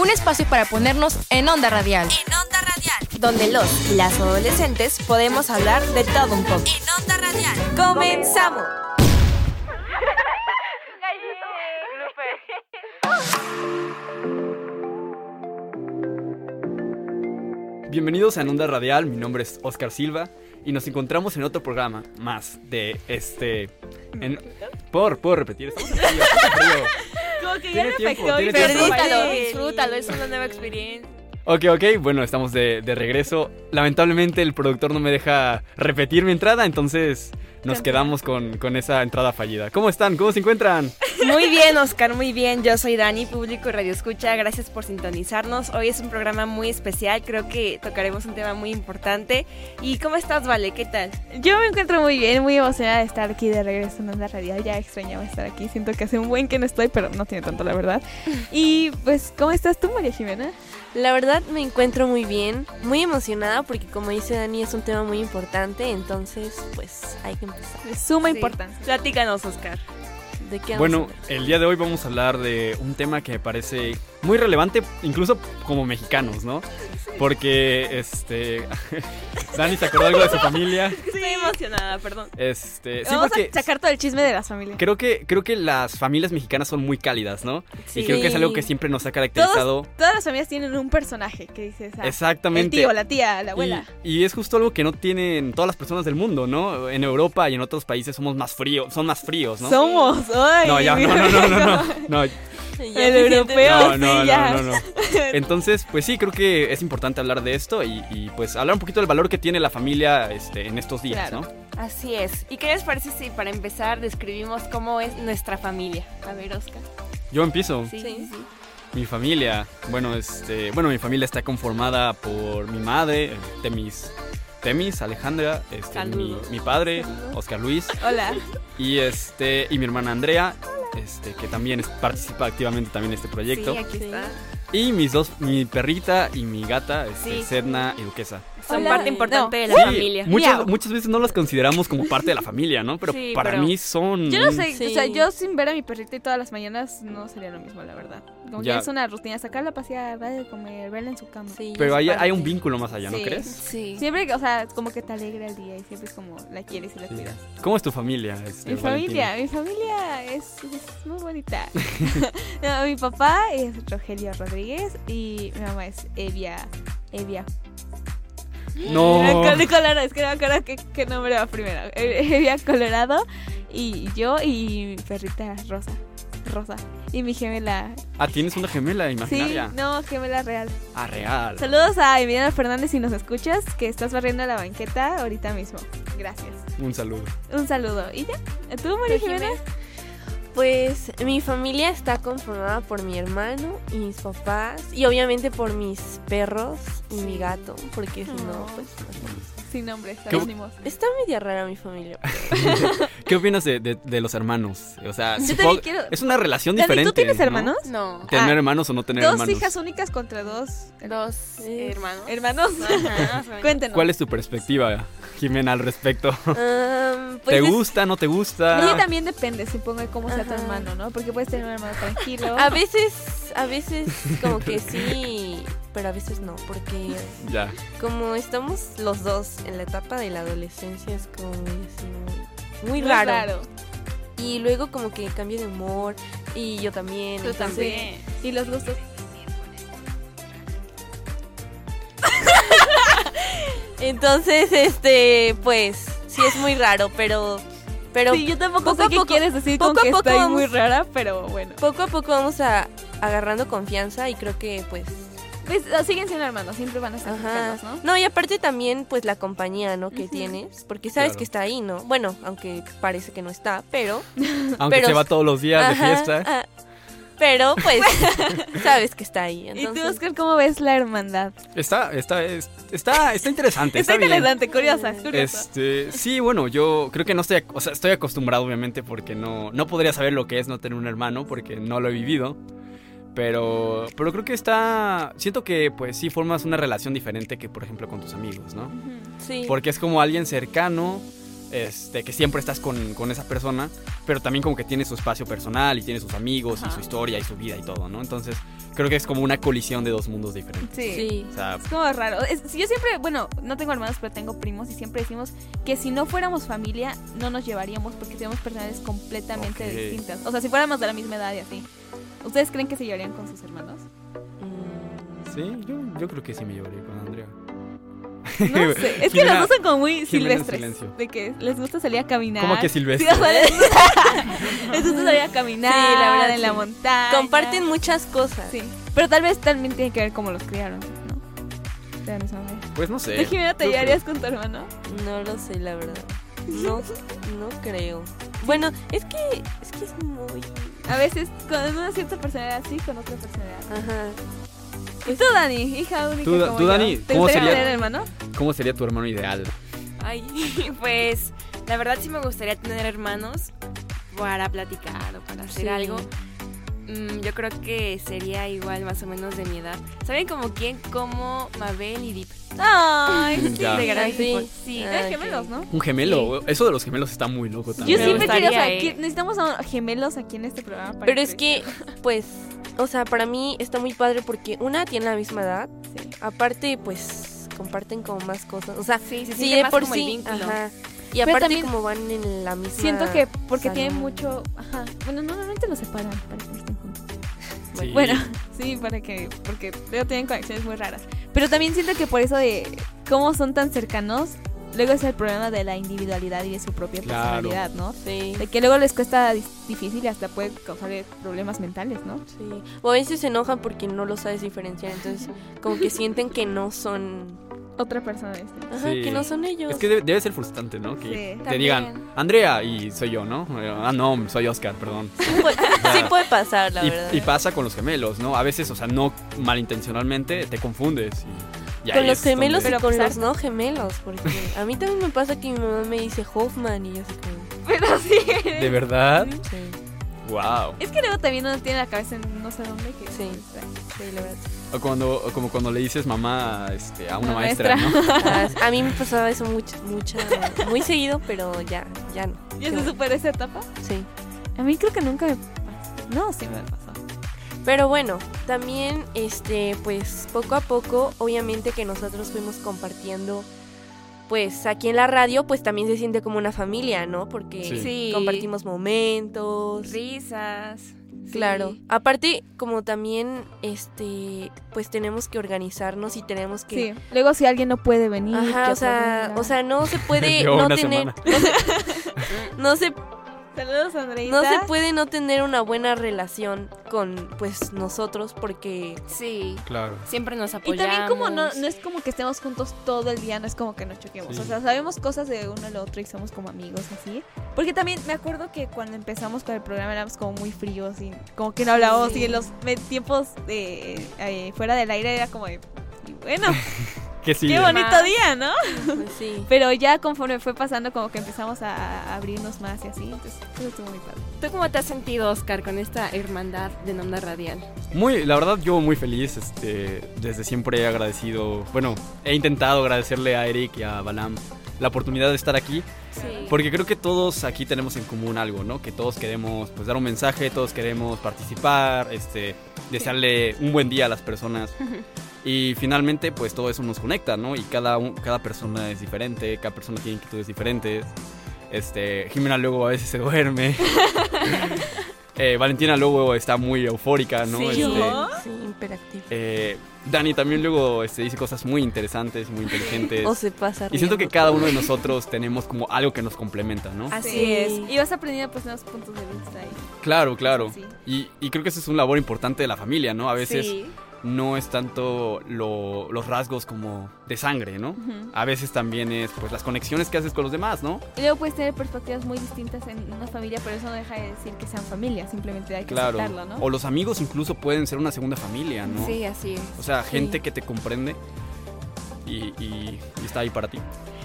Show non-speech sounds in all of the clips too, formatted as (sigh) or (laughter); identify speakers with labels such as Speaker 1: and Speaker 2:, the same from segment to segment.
Speaker 1: un espacio para ponernos en onda radial,
Speaker 2: En Onda Radial.
Speaker 3: donde los y las adolescentes podemos hablar de todo un poco.
Speaker 2: En Onda Radial.
Speaker 3: ¡Comenzamos!
Speaker 4: Bienvenidos a En Onda Radial, mi nombre es Oscar Silva y nos encontramos en otro programa más de este... En... Por, puedo repetir, estamos en frío, estamos en frío.
Speaker 5: Como que ya
Speaker 4: Tiene
Speaker 5: le
Speaker 4: tiempo,
Speaker 5: afectó y
Speaker 4: tiene tiempo.
Speaker 5: disfrútalo,
Speaker 1: Perdí.
Speaker 5: disfrútalo, es una nueva experiencia.
Speaker 4: Ok, ok, bueno, estamos de, de regreso. Lamentablemente el productor no me deja repetir mi entrada, entonces nos quedamos con, con esa entrada fallida. ¿Cómo están? ¿Cómo se encuentran?
Speaker 5: Muy bien, Oscar, muy bien. Yo soy Dani, público y Radio Escucha. Gracias por sintonizarnos. Hoy es un programa muy especial. Creo que tocaremos un tema muy importante. ¿Y cómo estás, Vale? ¿Qué tal?
Speaker 6: Yo me encuentro muy bien, muy emocionada de estar aquí de regreso en Onda Radial. Ya extrañaba estar aquí. Siento que hace un buen que no estoy, pero no tiene tanto, la (laughs) verdad. Y pues, ¿cómo estás tú, María Jimena?
Speaker 7: La verdad me encuentro muy bien, muy emocionada porque como dice Dani es un tema muy importante, entonces pues hay que empezar.
Speaker 6: De suma
Speaker 5: Sí.
Speaker 6: importancia.
Speaker 5: Platícanos, Oscar.
Speaker 7: ¿De qué vamos a
Speaker 4: Bueno, eh,
Speaker 7: hablar?
Speaker 4: el día de hoy vamos a hablar de un tema que me parece muy relevante, incluso como mexicanos, ¿no? Porque, este... (laughs) Dani se acordó algo de su familia.
Speaker 5: Estoy emocionada, perdón.
Speaker 4: Este... Sí,
Speaker 6: Vamos
Speaker 4: porque...
Speaker 6: a sacar todo el chisme de las familias.
Speaker 4: Creo que, creo que las familias mexicanas son muy cálidas, ¿no? Y creo que es algo que siempre nos ha caracterizado.
Speaker 6: Todos- todas las familias tienen un personaje que dices, ah, el
Speaker 4: Exactamente.
Speaker 6: tío, la tía, la abuela.
Speaker 4: Y, y es justo algo que no tienen todas las personas del mundo, ¿no? En Europa y en otros países somos más fríos, son más fríos, ¿no?
Speaker 6: Somos, ay,
Speaker 4: no, ya, no, no,
Speaker 6: (laughs)
Speaker 4: no, no, no, no, no,
Speaker 7: Ya,
Speaker 6: El europeo,
Speaker 4: no,
Speaker 6: sí,
Speaker 4: no,
Speaker 6: ya.
Speaker 4: no, no,
Speaker 6: (laughs)
Speaker 4: no. Entonces, pues sí, creo que es importante hablar de esto y, y, pues hablar un poquito del valor que tiene la familia este, en estos días,
Speaker 6: Claro.
Speaker 4: ¿no?
Speaker 5: Así es. ¿Y qué les parece si para empezar describimos cómo es nuestra familia? A ver, Oscar.
Speaker 4: Yo empiezo.
Speaker 5: Sí.
Speaker 7: Sí, sí.
Speaker 4: Mi familia, bueno, este, bueno, mi familia está conformada por mi madre, eh, Temis, Temis, Alejandra, este, mi,
Speaker 5: Saludos.
Speaker 4: mi padre, Oscar Luis,
Speaker 6: Hola.
Speaker 4: y este, y mi hermana Andrea, este, que también es- participa activamente también en este proyecto,
Speaker 5: Sí, aquí
Speaker 7: Sí.
Speaker 5: está.
Speaker 4: y mis dos, mi perrita y mi gata, este, Sedna y Duquesa.
Speaker 5: Son
Speaker 6: Hola.
Speaker 5: parte importante
Speaker 6: No.
Speaker 5: de la
Speaker 4: Sí,
Speaker 5: familia.
Speaker 4: Muchas,
Speaker 6: Miau.
Speaker 4: muchas veces no las consideramos como parte de la familia, ¿no? Pero
Speaker 5: Sí,
Speaker 4: para
Speaker 5: pero-
Speaker 4: mí son...
Speaker 6: Yo no sé,
Speaker 7: Sí.
Speaker 6: o sea, yo sin ver a mi perrita y todas las mañanas no sería lo mismo, la verdad. Como
Speaker 4: Ya.
Speaker 6: que es una rutina, sacarla a pasear, darle de comer, verla en su cama.
Speaker 7: Sí,
Speaker 4: Pero
Speaker 7: ya
Speaker 4: hay,
Speaker 7: es
Speaker 4: hay un
Speaker 7: parte.
Speaker 4: vínculo más allá, ¿no
Speaker 6: Sí.
Speaker 4: crees?
Speaker 7: Sí.
Speaker 6: Siempre, o sea, como que te alegra el día y siempre es como la quieres y la cuidas.
Speaker 4: ¿Cómo es tu familia? este,
Speaker 6: Mi
Speaker 4: Valentina?
Speaker 6: familia, mi familia es, es muy bonita. (laughs) No, mi papá es Rogelio Rodríguez y mi mamá es Evia. Evia.
Speaker 4: No.
Speaker 6: Col- Colorado, es que no me acuerdo qué, qué nombre va primero. E- Evia Colorado y yo y mi perrita Rosa. Rosa. Y mi gemela.
Speaker 4: Ah, tienes una gemela
Speaker 6: Sí,
Speaker 4: imaginaria.
Speaker 6: no, gemela real.
Speaker 4: Ah, real.
Speaker 6: Saludos a Emiliano Fernández si nos escuchas, que estás barriendo la banqueta ahorita mismo. Gracias.
Speaker 4: Un saludo.
Speaker 6: Un saludo. ¿Y ya? ¿Tú, María Jimena?
Speaker 7: Pues mi familia está conformada por mi hermano y mis papás y obviamente por mis perros y mi gato, porque si no,
Speaker 3: Ah.
Speaker 6: Oh.
Speaker 7: pues... no.
Speaker 6: Sin nombre,
Speaker 4: ¿Qué-
Speaker 6: anónimos.
Speaker 7: Está media rara mi
Speaker 4: (laughs)
Speaker 7: familia.
Speaker 4: ¿Qué opinas de, de- de los hermanos? O sea,
Speaker 6: Yo
Speaker 4: supongo-
Speaker 6: también quiero.
Speaker 4: es una relación
Speaker 6: Dani,
Speaker 4: diferente.
Speaker 6: ¿Tú tienes
Speaker 4: ¿no?
Speaker 6: hermanos?
Speaker 5: No.
Speaker 4: Tener
Speaker 6: Ah,
Speaker 4: hermanos o no tener
Speaker 6: Dos
Speaker 4: hermanos.
Speaker 6: hijas únicas contra dos
Speaker 5: Dos
Speaker 7: Eh,
Speaker 5: hermanos.
Speaker 6: hermanos. (laughs)
Speaker 5: Ajá, más o menos.
Speaker 6: Cuéntenos.
Speaker 4: ¿Cuál es tu perspectiva, Jimena, al respecto?
Speaker 6: (laughs)
Speaker 7: Ah,
Speaker 4: ¿Te
Speaker 7: pues es-
Speaker 4: gusta? ¿No te gusta?
Speaker 6: Y también depende, supongo, de cómo sea
Speaker 7: Ajá.
Speaker 6: tu
Speaker 7: Ah,
Speaker 6: hermano, ¿no? Porque puedes tener un hermano tranquilo.
Speaker 7: A veces, a veces como que sí, pero a veces no, porque
Speaker 4: Ya.
Speaker 7: Como estamos los dos en la etapa de la adolescencia, es como muy, así, muy- muy
Speaker 6: Muy
Speaker 7: raro. Y luego como que cambio de humor y yo también.
Speaker 6: Tú
Speaker 7: entonces-
Speaker 6: también. Y los gustos.
Speaker 7: Entonces, este, pues sí es muy raro, pero, pero
Speaker 6: sí, yo tampoco
Speaker 7: poco
Speaker 6: sé
Speaker 7: a
Speaker 6: qué
Speaker 7: poco-
Speaker 6: quieres decir
Speaker 7: poco
Speaker 6: con
Speaker 7: a
Speaker 6: que
Speaker 7: poco
Speaker 6: estoy
Speaker 7: vamos-
Speaker 6: muy rara, pero bueno.
Speaker 7: poco a poco vamos a agarrando confianza y creo que pues,
Speaker 6: Pues, ah, siguen siendo hermanos, siempre van a ser
Speaker 7: ajá.
Speaker 6: mexicanos, ¿no?
Speaker 7: y aparte también pues la compañía, ¿no? Que
Speaker 6: Ujú.
Speaker 7: tienes, porque sabes
Speaker 4: Claro.
Speaker 7: que está ahí, ¿no? Bueno, aunque parece que no está, pero
Speaker 4: Aunque
Speaker 7: Pero-
Speaker 4: se va todos los días de
Speaker 7: Ajá,
Speaker 4: fiesta.
Speaker 7: ah, pero pues (laughs) sabes que está ahí. Entonces,
Speaker 6: ¿Y tú, Oscar, cómo ves la hermandad?
Speaker 4: Está, está, es- está, está interesante.
Speaker 6: Está,
Speaker 4: Está, bien.
Speaker 6: interesante, curiosa, curiosa.
Speaker 4: Este, sí, bueno, yo creo que no estoy, ac- o sea, estoy acostumbrado obviamente porque no, no podría saber lo que es no tener un hermano porque no lo he vivido. Pero, pero creo que está, siento que pues sí formas una relación diferente que por ejemplo con tus amigos, ¿no?
Speaker 6: Ujú.
Speaker 7: sí.
Speaker 4: Porque es como alguien cercano, este, que siempre estás con, con esa persona, pero también como que tiene su espacio personal y tiene sus amigos y su historia y su vida y todo, ¿no? Entonces creo que es como una colisión de dos mundos diferentes.
Speaker 7: Sí.
Speaker 4: O sea,
Speaker 6: Es como raro. Es- si yo siempre, bueno, no tengo hermanos, pero tengo primos y siempre decimos que si no fuéramos familia, no nos llevaríamos porque tenemos personalidades completamente
Speaker 4: Ok.
Speaker 6: distintas. O sea, si fuéramos de la misma edad y así. ¿Ustedes creen que se llevarían con sus
Speaker 4: (laughs)
Speaker 6: hermanos?
Speaker 4: sí, yo, yo creo que sí me llevaría con Andrea.
Speaker 6: No
Speaker 4: (laughs)
Speaker 6: sé. Es que
Speaker 4: Jimena-
Speaker 6: los dos son como muy
Speaker 4: Jimena en
Speaker 6: silvestres.
Speaker 4: silencio.
Speaker 6: De que les gusta salir a caminar.
Speaker 4: ¿Cómo que silvestre?
Speaker 6: Sí, o sea, (laughs) les- les gusta salir a caminar.
Speaker 7: Sí, la verdad,
Speaker 6: En la
Speaker 7: sí.
Speaker 6: montaña.
Speaker 7: Comparten muchas cosas.
Speaker 6: Sí. Pero tal vez también tiene que ver cómo los criaron, ¿no? De la misma manera.
Speaker 4: Pues no sé.
Speaker 6: ¿Tú, Jimena, te
Speaker 4: Yo creo-
Speaker 6: llevarías con tu hermano?
Speaker 7: No lo sé, la
Speaker 6: (laughs)
Speaker 7: verdad. No, no creo. Bueno, es que es que es muy.
Speaker 6: A veces con una cierta personalidad sí, con otra personalidad.
Speaker 7: Ajá.
Speaker 6: ¿Y tú, Dani? Hija única.
Speaker 4: Tú, Da-
Speaker 6: como
Speaker 4: tú,
Speaker 6: yo.
Speaker 4: Dani,
Speaker 6: ¿Te
Speaker 4: ¿cómo
Speaker 6: gustaría
Speaker 4: sería?
Speaker 6: tener hermano?
Speaker 4: ¿Cómo sería tu hermano ideal?
Speaker 5: Ay, (laughs) pues la verdad sí me gustaría tener hermanos para platicar o para hacer
Speaker 7: Sí.
Speaker 5: algo. Mm, yo creo que sería igual más o menos de mi edad. ¿Saben como quién? Como Mabel y Deep.
Speaker 6: (laughs) Ay, sí.
Speaker 4: Ya.
Speaker 5: De Gran
Speaker 7: Ay, sí.
Speaker 5: People. Sí.
Speaker 7: Ah,
Speaker 6: Eran gemelos, ¿no?
Speaker 4: Un gemelo. Eso de los gemelos está muy loco
Speaker 6: Yo
Speaker 4: también.
Speaker 5: Me
Speaker 6: siempre quería, o sea,
Speaker 5: gustaría,
Speaker 6: que
Speaker 5: eh.
Speaker 6: necesitamos a gemelos aquí en este programa. para
Speaker 7: Pero es que,
Speaker 6: entrevistar.
Speaker 7: pues, o sea, para mí está muy padre porque una tiene la misma edad. Aparte, pues, comparten como más cosas. O sea,
Speaker 5: Sí, se
Speaker 7: sí,
Speaker 5: siente
Speaker 7: de
Speaker 5: más
Speaker 7: por
Speaker 5: como el
Speaker 7: sí.
Speaker 5: vínculo.
Speaker 7: Ajá. Y aparte,
Speaker 6: también
Speaker 7: como van en la misma.
Speaker 6: Siento que porque
Speaker 7: salud.
Speaker 6: tienen mucho. Ajá. Bueno, normalmente los separan para que estén juntos.
Speaker 4: Sí.
Speaker 6: Bueno, sí, para que. Porque luego tienen conexiones muy raras. Pero también siento que por eso de cómo son tan cercanos, luego es el problema de la individualidad y de su propia
Speaker 4: Claro.
Speaker 6: personalidad, ¿no?
Speaker 7: Sí.
Speaker 6: De que luego les cuesta dis- difícil y hasta puede causarle problemas mentales, ¿no?
Speaker 7: Sí. O a veces se enojan porque no lo sabes diferenciar. Entonces, como que sienten que no son.
Speaker 6: Otra persona este. distinta.
Speaker 7: Ajá,
Speaker 4: Sí.
Speaker 7: que no son ellos.
Speaker 4: Es que debe, debe ser frustrante, ¿no? Que
Speaker 6: Sí.
Speaker 4: te
Speaker 6: También.
Speaker 4: digan, Andrea, y soy yo, ¿no? Ah, no, soy Oscar, perdón. (laughs)
Speaker 7: Pues, sí puede pasar, la
Speaker 4: Y-
Speaker 7: verdad.
Speaker 4: y, pasa con los gemelos, ¿no? A veces, o sea, no malintencionalmente te confundes. y- y ahí
Speaker 7: con los
Speaker 4: es
Speaker 7: gemelos
Speaker 4: donde-
Speaker 7: y con
Speaker 6: Pero,
Speaker 7: los no gemelos, porque a mí también me pasa que mi mamá me dice Hoffman y yo así como,
Speaker 6: Pero sí.
Speaker 4: ¿De verdad?
Speaker 7: sí,
Speaker 4: ¡Wow!
Speaker 6: Es que luego también uno tiene la cabeza en no sé dónde. Que
Speaker 7: Sí. sí, la verdad.
Speaker 4: O, cuando, o como cuando le dices mamá este, a una
Speaker 6: Una
Speaker 4: maestra,
Speaker 6: maestra. (laughs)
Speaker 4: ¿no?
Speaker 7: Ah, A mí me pasaba eso mucho, mucha, muy seguido, pero ya, ya no.
Speaker 6: ¿Ya
Speaker 7: Qué
Speaker 6: se
Speaker 7: bueno.
Speaker 6: supera esa etapa?
Speaker 7: Sí.
Speaker 6: A mí creo que nunca me pasó. No, sí me pasó.
Speaker 7: Pero bueno, también, este, pues poco a poco, obviamente que nosotros fuimos compartiendo, pues aquí en la radio, pues también se siente como una familia, ¿no? Porque
Speaker 4: Sí.
Speaker 5: Sí.
Speaker 7: compartimos momentos.
Speaker 5: Risas. sí.
Speaker 7: Claro. Aparte, como también, este, pues tenemos que organizarnos y tenemos que
Speaker 6: Sí. Luego si alguien no puede venir.
Speaker 7: Ajá,
Speaker 6: que
Speaker 7: o sea,
Speaker 6: otro
Speaker 7: o sea, no
Speaker 4: (laughs)
Speaker 7: se puede
Speaker 4: Yo
Speaker 7: no
Speaker 4: una
Speaker 7: tener
Speaker 4: semana.
Speaker 7: (laughs) no se, no se-
Speaker 6: venga. Saludos,
Speaker 7: no
Speaker 6: Andreita.
Speaker 7: se puede no tener una buena relación con pues nosotros porque
Speaker 5: Sí.
Speaker 4: Claro.
Speaker 5: Siempre nos
Speaker 6: Y
Speaker 5: apoyamos.
Speaker 6: también como no,
Speaker 5: (laughs)
Speaker 6: no es como que estemos juntos todo el día, no es como que nos choquemos.
Speaker 4: Sí.
Speaker 6: O sea, sabemos cosas de uno al otro y somos como amigos así. Porque también me acuerdo que cuando empezamos con el programa éramos como muy fríos y como que no hablábamos y en los me- tiempos de, eh, fuera del aire era como de, "Y bueno,
Speaker 4: Que (laughs) sí.
Speaker 6: qué
Speaker 4: eh.
Speaker 6: bonito día, ¿no?
Speaker 7: pues, sí.
Speaker 6: Pero ya conforme fue pasando como que empezamos a abrirnos más y así. Entonces, eso estuvo muy padre.
Speaker 5: ¿Tú cómo te has sentido, Oscar, con esta hermandad de Nomda Radial?
Speaker 4: Muy, la verdad, yo muy feliz. Este, desde siempre he agradecido. Bueno, he intentado agradecerle a Eric y a Balam la oportunidad de estar aquí.
Speaker 7: Sí.
Speaker 4: Porque creo que todos aquí tenemos en común algo, ¿no? Que todos queremos pues, dar un mensaje, todos queremos participar, este, desearle un buen día a las
Speaker 7: (laughs)
Speaker 4: personas. Y finalmente, pues todo eso nos conecta, ¿no? Y cada, un- cada persona es diferente, cada persona tiene inquietudes diferentes. Este, Jimena luego a veces
Speaker 7: (laughs)
Speaker 4: se duerme. Eh, Valentina luego está muy eufórica, ¿no?
Speaker 5: Sí.
Speaker 4: Este,
Speaker 7: Sí, imperativo.
Speaker 4: eh, Dani también luego este, dice cosas muy interesantes, muy inteligentes.
Speaker 7: O se pasa
Speaker 4: Y siento que
Speaker 7: riendo.
Speaker 4: cada uno de nosotros tenemos como algo que nos complementa, ¿no?
Speaker 5: Así
Speaker 6: Sí.
Speaker 5: es.
Speaker 6: Y vas aprendiendo pues nuevos puntos de vista. y-
Speaker 4: Claro, claro.
Speaker 6: Sí.
Speaker 4: Y, y creo que eso es una labor importante de la familia, ¿no? A veces
Speaker 5: Sí.
Speaker 4: no es tanto lo- los rasgos como de sangre, ¿no?
Speaker 6: Ujú.
Speaker 4: A veces también es pues las conexiones que haces con los demás, ¿no?
Speaker 6: Y luego puedes tener perspectivas muy distintas en una familia, pero eso no deja de decir que sean familia, simplemente hay que
Speaker 4: Claro.
Speaker 6: aceptarlo, ¿no?
Speaker 4: O los amigos incluso pueden ser una segunda familia, ¿no?
Speaker 5: Sí, así es.
Speaker 4: O sea, gente que te comprende y, y- y está ahí para ti.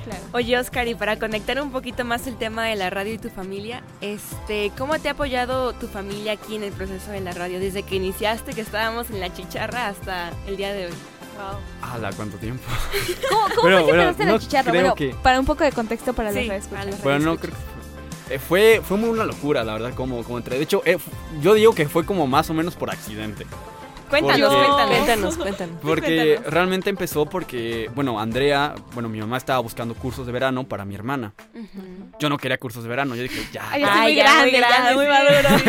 Speaker 6: Claro.
Speaker 5: Oye, Oscar, y para conectar un poquito más el tema de la radio y tu familia, este, ¿cómo te ha apoyado tu familia aquí en el proceso de la radio? Desde que iniciaste, que estábamos en la chicharra, hasta el día de hoy.
Speaker 4: ¡Hala, cuánto tiempo!
Speaker 6: ¿Cómo, cómo
Speaker 4: Bueno,
Speaker 6: fue que
Speaker 4: bueno,
Speaker 6: empezaste
Speaker 4: no
Speaker 6: la chicharra?
Speaker 4: creo
Speaker 6: Bueno,
Speaker 4: que-
Speaker 6: para un poco de contexto para los
Speaker 5: Sí,
Speaker 6: redes
Speaker 5: a los
Speaker 4: Bueno, no creo que fue- eh, fue, fue muy una locura, la verdad, como, como entre... De hecho, eh, f- yo digo que fue como más o menos por accidente.
Speaker 5: Cuéntanos,
Speaker 4: Porque-
Speaker 5: cuéntanos.
Speaker 7: Cuéntanos, cuéntanos.
Speaker 4: Porque realmente empezó porque, bueno, Andrea, bueno, mi mamá estaba buscando cursos de verano para mi hermana. Yo no quería cursos de verano, yo dije, ya.
Speaker 6: Ay, ya estoy
Speaker 5: Ay,
Speaker 6: muy
Speaker 5: ya, muy
Speaker 6: grande, ya,
Speaker 5: grande,
Speaker 6: muy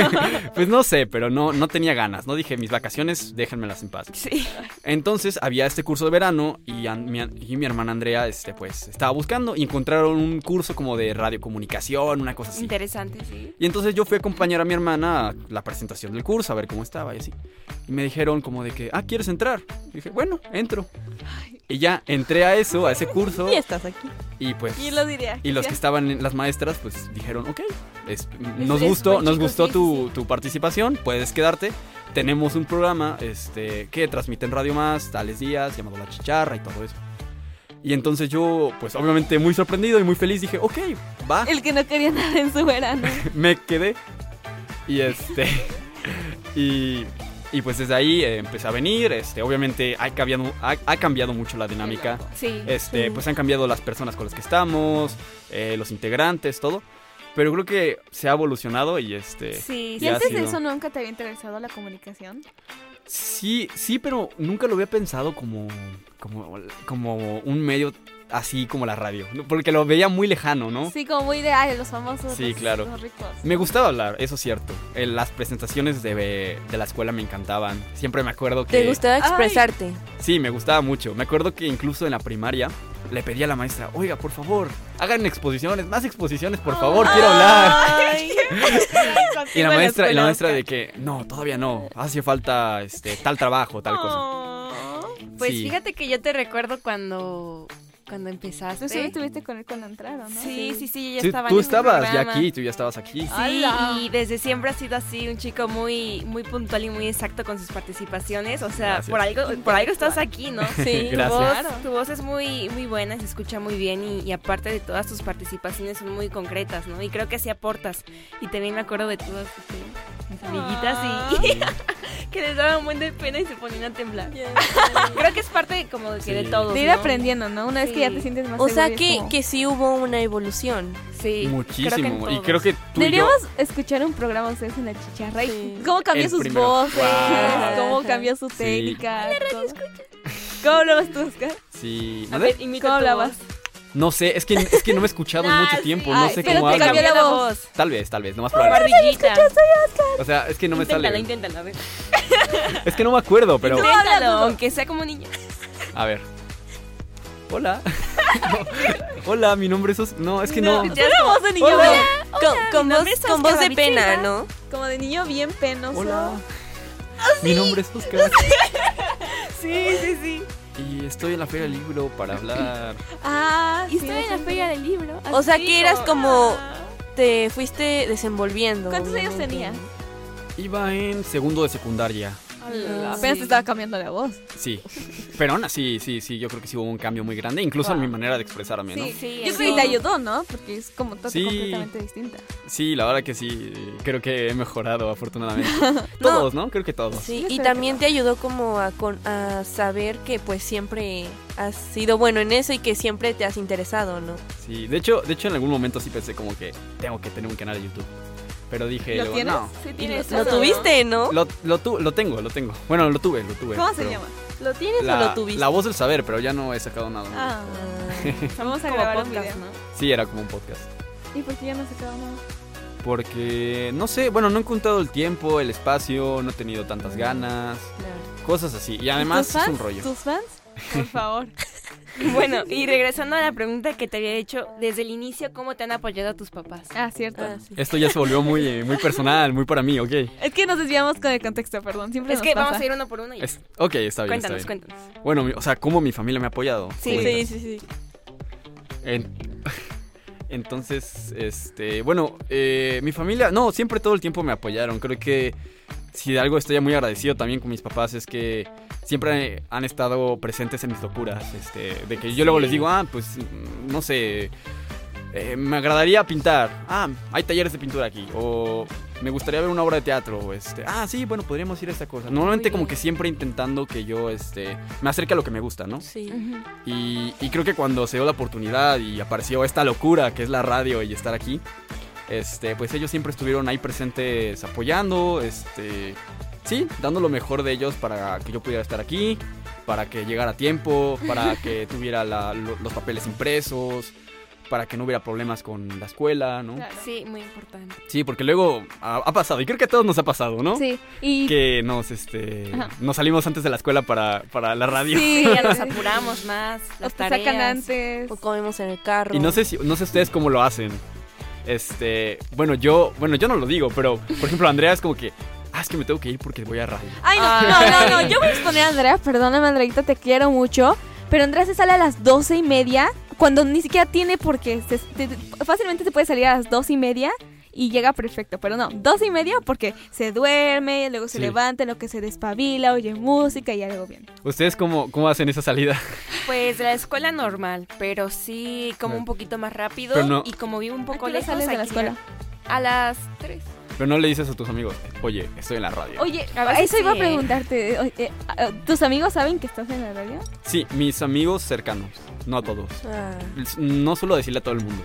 Speaker 5: sí.
Speaker 6: maduro.
Speaker 4: Pues no sé, pero no, no tenía ganas. No dije, mis vacaciones, déjenmelas en paz.
Speaker 5: (laughs) Sí.
Speaker 4: Entonces había este curso de verano y, an- mi, y mi hermana Andrea, este, pues, estaba buscando y encontraron un curso como de radiocomunicación, una cosa así.
Speaker 5: Interesante, sí.
Speaker 4: Y entonces yo fui a acompañar a mi hermana a la presentación del curso, a ver cómo estaba y así. Y me dijeron como de que, ah, ¿quieres entrar? Y dije, bueno, entro. Y ya entré a eso, a ese curso.
Speaker 6: Y estás aquí.
Speaker 4: Y pues.
Speaker 6: Y lo diría.
Speaker 4: Y los que estaban, en- las maestras, pues dijeron, ok, es- nos
Speaker 7: es
Speaker 4: gustó,
Speaker 7: buen
Speaker 4: nos
Speaker 7: chico,
Speaker 4: gustó
Speaker 7: sí,
Speaker 4: tu, tu participación, puedes quedarte. Tenemos un programa este, que transmite en Radio Más tales días, llamado La Chicharra y todo eso. Y entonces yo, pues obviamente muy sorprendido y muy feliz, dije, ok, va,
Speaker 6: El que no quería nada en su verano.
Speaker 4: me quedé. Y este. (laughs) y, y pues desde ahí eh, empecé a venir. Este, obviamente ha cambiado, ha, ha cambiado mucho la dinámica.
Speaker 5: Sí.
Speaker 4: Este, pues han cambiado las personas con las que estamos, eh, los integrantes, todo. Pero creo que se ha evolucionado y este.
Speaker 5: Sí,
Speaker 6: ¿Y
Speaker 4: Ya
Speaker 6: antes
Speaker 4: sí,
Speaker 6: de
Speaker 4: no.
Speaker 6: eso nunca te había interesado la comunicación?
Speaker 4: Sí, sí, pero nunca lo había pensado como, como, como un medio así como la radio. ¿no? Porque lo veía muy lejano, ¿no?
Speaker 6: Sí, como muy de, ay, los famosos.
Speaker 4: Sí,
Speaker 6: los-
Speaker 4: claro.
Speaker 6: Los ricos.
Speaker 4: Me gustaba hablar, eso es cierto. Eh, las presentaciones de, de la escuela me encantaban. Siempre me acuerdo que...
Speaker 7: ¿Te gustaba expresarte?
Speaker 4: Sí, me gustaba mucho. Me acuerdo que incluso en la primaria le pedí a la maestra, oiga, por favor, hagan exposiciones, más exposiciones, por favor, quiero
Speaker 5: Ah,
Speaker 4: hablar.
Speaker 6: (laughs)
Speaker 4: Y la maestra, y la maestra de que, no, todavía no, hace falta este, tal trabajo, tal cosa.
Speaker 5: Oh. Pues
Speaker 4: Sí.
Speaker 5: fíjate que yo te recuerdo cuando, cuando empezaste.
Speaker 6: Tú sí estuviste con él cuando entraron, ¿no?
Speaker 5: Sí, sí, sí, yo ya
Speaker 4: Sí,
Speaker 5: estaba en
Speaker 4: tú
Speaker 5: el
Speaker 4: estabas ya
Speaker 5: programa. Ah,
Speaker 4: aquí, tú ya estabas aquí. (laughs)
Speaker 5: Sí,
Speaker 6: ¡Hala!
Speaker 5: y desde siempre ha sido así, un chico muy, muy puntual y muy exacto con sus participaciones. O sea,
Speaker 4: Gracias.
Speaker 5: por algo, por algo estás aquí, ¿no?
Speaker 7: Sí.
Speaker 5: Tu
Speaker 4: (laughs) Gracias.
Speaker 5: voz, tu voz es muy, muy buena, se escucha muy bien y, y aparte de todas tus participaciones son muy concretas, ¿no? Y creo que así aportas. Y también me acuerdo de todas este,
Speaker 6: Ah.
Speaker 5: mis amiguitas
Speaker 6: (laughs)
Speaker 5: y, (laughs) que les daba un buen de pena y se ponían a temblar. Creo que es parte de, como que
Speaker 4: Sí.
Speaker 5: de todo.
Speaker 6: De ir
Speaker 5: ¿no?
Speaker 6: aprendiendo, ¿no? Una vez que ya
Speaker 5: Sí.
Speaker 6: te sientes más
Speaker 7: O sea
Speaker 6: seguro y es
Speaker 7: que,
Speaker 6: como-
Speaker 7: que sí hubo una evolución.
Speaker 5: Sí,
Speaker 4: Muchísimo.
Speaker 5: creo que en
Speaker 4: y
Speaker 5: todos.
Speaker 4: creo que tú y yo...
Speaker 6: Deberíamos escuchar un programa de ustedes en la chicharra
Speaker 7: Sí.
Speaker 6: y cómo cambió
Speaker 4: El
Speaker 6: sus
Speaker 4: primero.
Speaker 6: voces,
Speaker 4: Wow.
Speaker 6: cómo cambió su técnica. todo. ¿Cómo hablabas tú, Oscar?
Speaker 4: Sí,
Speaker 5: A
Speaker 4: ¿mande?
Speaker 5: ver, imita
Speaker 6: ¿Cómo
Speaker 5: tu
Speaker 6: hablabas?
Speaker 5: voz.
Speaker 4: No sé, es que, es que no me he escuchado
Speaker 5: (laughs)
Speaker 4: en
Speaker 5: Ah,
Speaker 4: mucho
Speaker 5: sí.
Speaker 4: tiempo, no
Speaker 6: Ay,
Speaker 4: sé
Speaker 6: pero
Speaker 4: cómo
Speaker 6: te
Speaker 4: hablo.
Speaker 6: cambió
Speaker 5: Cambió
Speaker 6: la
Speaker 5: la
Speaker 6: voz.
Speaker 5: voz.
Speaker 4: Tal vez, tal vez, no más
Speaker 5: Por
Speaker 4: probable.
Speaker 5: barbillita.
Speaker 4: O sea, es que no me
Speaker 5: inténtalo,
Speaker 4: sale.
Speaker 5: inténtalo, a ver.
Speaker 4: Es que no me acuerdo, pero.
Speaker 5: Inténtalo, aunque sea como niño.
Speaker 4: A ver. Hola. (laughs) Hola, mi nombre es. Os- No, es que no.
Speaker 5: Ya
Speaker 6: Una voz de niño,
Speaker 4: Hola.
Speaker 6: bien-
Speaker 7: con con
Speaker 6: mi
Speaker 7: voz,
Speaker 6: nombre es
Speaker 7: con voz de
Speaker 6: Oscar
Speaker 7: pena,
Speaker 6: Babichina.
Speaker 7: ¿no?
Speaker 6: como de niño bien penoso.
Speaker 4: Hola. Ah, Mi nombre es (laughs) Oscar.
Speaker 5: Sí, sí, sí.
Speaker 4: Y estoy en la Feria del Libro para hablar.
Speaker 6: Ah,
Speaker 7: Y
Speaker 6: sí,
Speaker 7: estoy en la
Speaker 6: sí.
Speaker 7: feria del libro. O sea que eras como
Speaker 6: "Ah,
Speaker 7: te fuiste desenvolviendo.
Speaker 6: ¿Cuántos años
Speaker 7: obviamente.
Speaker 6: tenías?
Speaker 4: Iba en segundo de secundaria.
Speaker 7: Ah,
Speaker 6: Apenas
Speaker 7: sí.
Speaker 6: te estaba cambiando la voz.
Speaker 4: Sí. Pero aún así, sí, sí. Yo creo que sí hubo un cambio muy grande. Incluso en mi manera de expresarme, ¿no?
Speaker 6: Sí,
Speaker 5: Sí,
Speaker 6: Yo
Speaker 5: sí.
Speaker 6: creo que te ayudó, ¿no? Porque es como todo
Speaker 4: Sí.
Speaker 6: completamente distinta.
Speaker 4: Sí, la verdad que sí. Creo que he mejorado,
Speaker 6: (laughs)
Speaker 4: afortunadamente. Todos, ¿no? Creo que todos.
Speaker 7: Sí,
Speaker 6: Yo
Speaker 7: y
Speaker 6: sé.
Speaker 7: también te ayudó como a, con- a saber que pues siempre has sido bueno en eso y que siempre te has interesado, ¿no?
Speaker 4: Sí, de hecho, de hecho en algún momento sí pensé como que tengo que tener un canal de YouTube. Pero dije,
Speaker 6: ¿Lo
Speaker 4: luego,
Speaker 6: tienes?
Speaker 4: no.
Speaker 6: Sí,
Speaker 7: Y lo,
Speaker 6: tienes.
Speaker 7: lo
Speaker 6: todo, ¿no?
Speaker 7: tuviste, ¿no?
Speaker 4: Lo, lo, tu- lo tengo, lo tengo. Bueno, lo tuve, lo tuve.
Speaker 6: ¿Cómo se
Speaker 4: pero
Speaker 6: llama?
Speaker 7: ¿Lo tienes
Speaker 4: La,
Speaker 7: o lo tuviste?
Speaker 4: la voz del saber, pero ya no he sacado nada. ¿no?
Speaker 6: Ah,
Speaker 7: Ah,
Speaker 6: vamos a
Speaker 5: Como
Speaker 6: grabar un
Speaker 5: podcast,
Speaker 6: video.
Speaker 5: ¿no?
Speaker 4: Sí, era como un podcast.
Speaker 6: ¿Y por qué ya no se acaba nada?
Speaker 4: Porque, no sé, bueno, no he encontrado el tiempo, el espacio, no he tenido tantas ganas,
Speaker 7: claro.
Speaker 4: cosas así. Y además
Speaker 6: ¿Tus
Speaker 4: es
Speaker 6: fans?
Speaker 4: un rollo.
Speaker 6: ¿Tus fans? Por favor.
Speaker 5: Bueno, y regresando a la pregunta que te había hecho, desde el inicio, ¿cómo te han apoyado tus papás?
Speaker 6: Ah, cierto.
Speaker 7: Ah, sí.
Speaker 4: Esto ya se volvió muy, eh, muy personal, muy para mí, ok.
Speaker 6: Es que nos desviamos con el contexto, perdón. Siempre
Speaker 5: Es
Speaker 6: nos
Speaker 5: que
Speaker 6: pasa.
Speaker 5: vamos a ir uno por uno. Y...
Speaker 4: Es- ok, está bien.
Speaker 5: cuéntanos,
Speaker 4: está bien.
Speaker 5: cuéntanos.
Speaker 4: Bueno, mi- o sea, cómo mi familia me ha apoyado.
Speaker 5: Sí,
Speaker 7: sí,
Speaker 4: Uy,
Speaker 7: sí, sí.
Speaker 4: En- (laughs) Entonces, este, bueno, eh, mi familia, no, siempre todo el tiempo me apoyaron. Creo que si de algo estoy muy agradecido también con mis papás es que siempre han estado presentes en mis locuras. Este, de que yo luego les digo, ah, pues, mm, no sé, eh, me agradaría pintar. Ah, hay talleres de pintura aquí. O me gustaría ver una obra de teatro. o Este, ah, sí, bueno, podríamos ir a esta cosa. Normalmente como que siempre intentando que yo este, me acerque a lo que me gusta, ¿no?
Speaker 7: Sí.
Speaker 4: Y, y creo que cuando se dio la oportunidad y apareció esta locura que es la radio y estar aquí, este, pues ellos siempre estuvieron ahí presentes apoyando, este, sí, dando lo mejor de ellos para que yo pudiera estar aquí, para que llegara a tiempo, para que tuviera la- lo- los papeles impresos, para que no hubiera problemas con la escuela, ¿no?
Speaker 6: Claro.
Speaker 5: Sí, muy importante.
Speaker 4: Sí, porque luego ha, ha pasado, y creo que a todos nos ha pasado, ¿no?
Speaker 6: Sí, y
Speaker 4: Que nos, este,
Speaker 6: Ajá.
Speaker 4: nos salimos antes de la escuela para, para la radio.
Speaker 6: sí,
Speaker 5: Ya nos apuramos más,
Speaker 6: o
Speaker 5: las
Speaker 6: te sacan
Speaker 5: tareas.
Speaker 6: antes.
Speaker 7: O comemos en el carro.
Speaker 4: Y no sé si, no sé ustedes cómo lo hacen. Este, bueno, yo, bueno, yo no lo digo, pero por ejemplo, Andrea es como que, ah, es que me tengo que ir porque voy a radio.
Speaker 6: Ay, no,
Speaker 4: Ah.
Speaker 5: Ay.
Speaker 6: no, no, no, yo voy a exponer a Andrea, perdóname Andreita, te quiero mucho, pero Andrea se sale a las doce y media, cuando ni siquiera tiene porque se, te- fácilmente se puede salir a las doce y media y llega perfecto, pero no, doce y media porque se duerme, luego se
Speaker 4: Sí.
Speaker 6: levanta, en lo que se despabila, oye música y ya luego viene.
Speaker 4: ¿Ustedes cómo, cómo hacen esa salida? (laughs)
Speaker 5: Pues de la escuela normal, pero sí como
Speaker 4: Claro.
Speaker 5: un poquito más rápido
Speaker 4: Pero no-
Speaker 5: y como vivo un
Speaker 6: ¿A qué
Speaker 5: poco
Speaker 6: hora
Speaker 5: lejos
Speaker 6: sales de la
Speaker 5: aquí,
Speaker 6: escuela?
Speaker 5: A las 3.
Speaker 4: Pero no le dices a tus amigos, oye, estoy en la radio.
Speaker 6: Oye,
Speaker 5: A veces
Speaker 6: eso iba a
Speaker 5: sí.
Speaker 6: preguntarte, oye, ¿tus amigos saben que estás en la radio?
Speaker 4: Sí, mis amigos cercanos, no a todos.
Speaker 7: Ah.
Speaker 4: No suelo decirle a todo el mundo,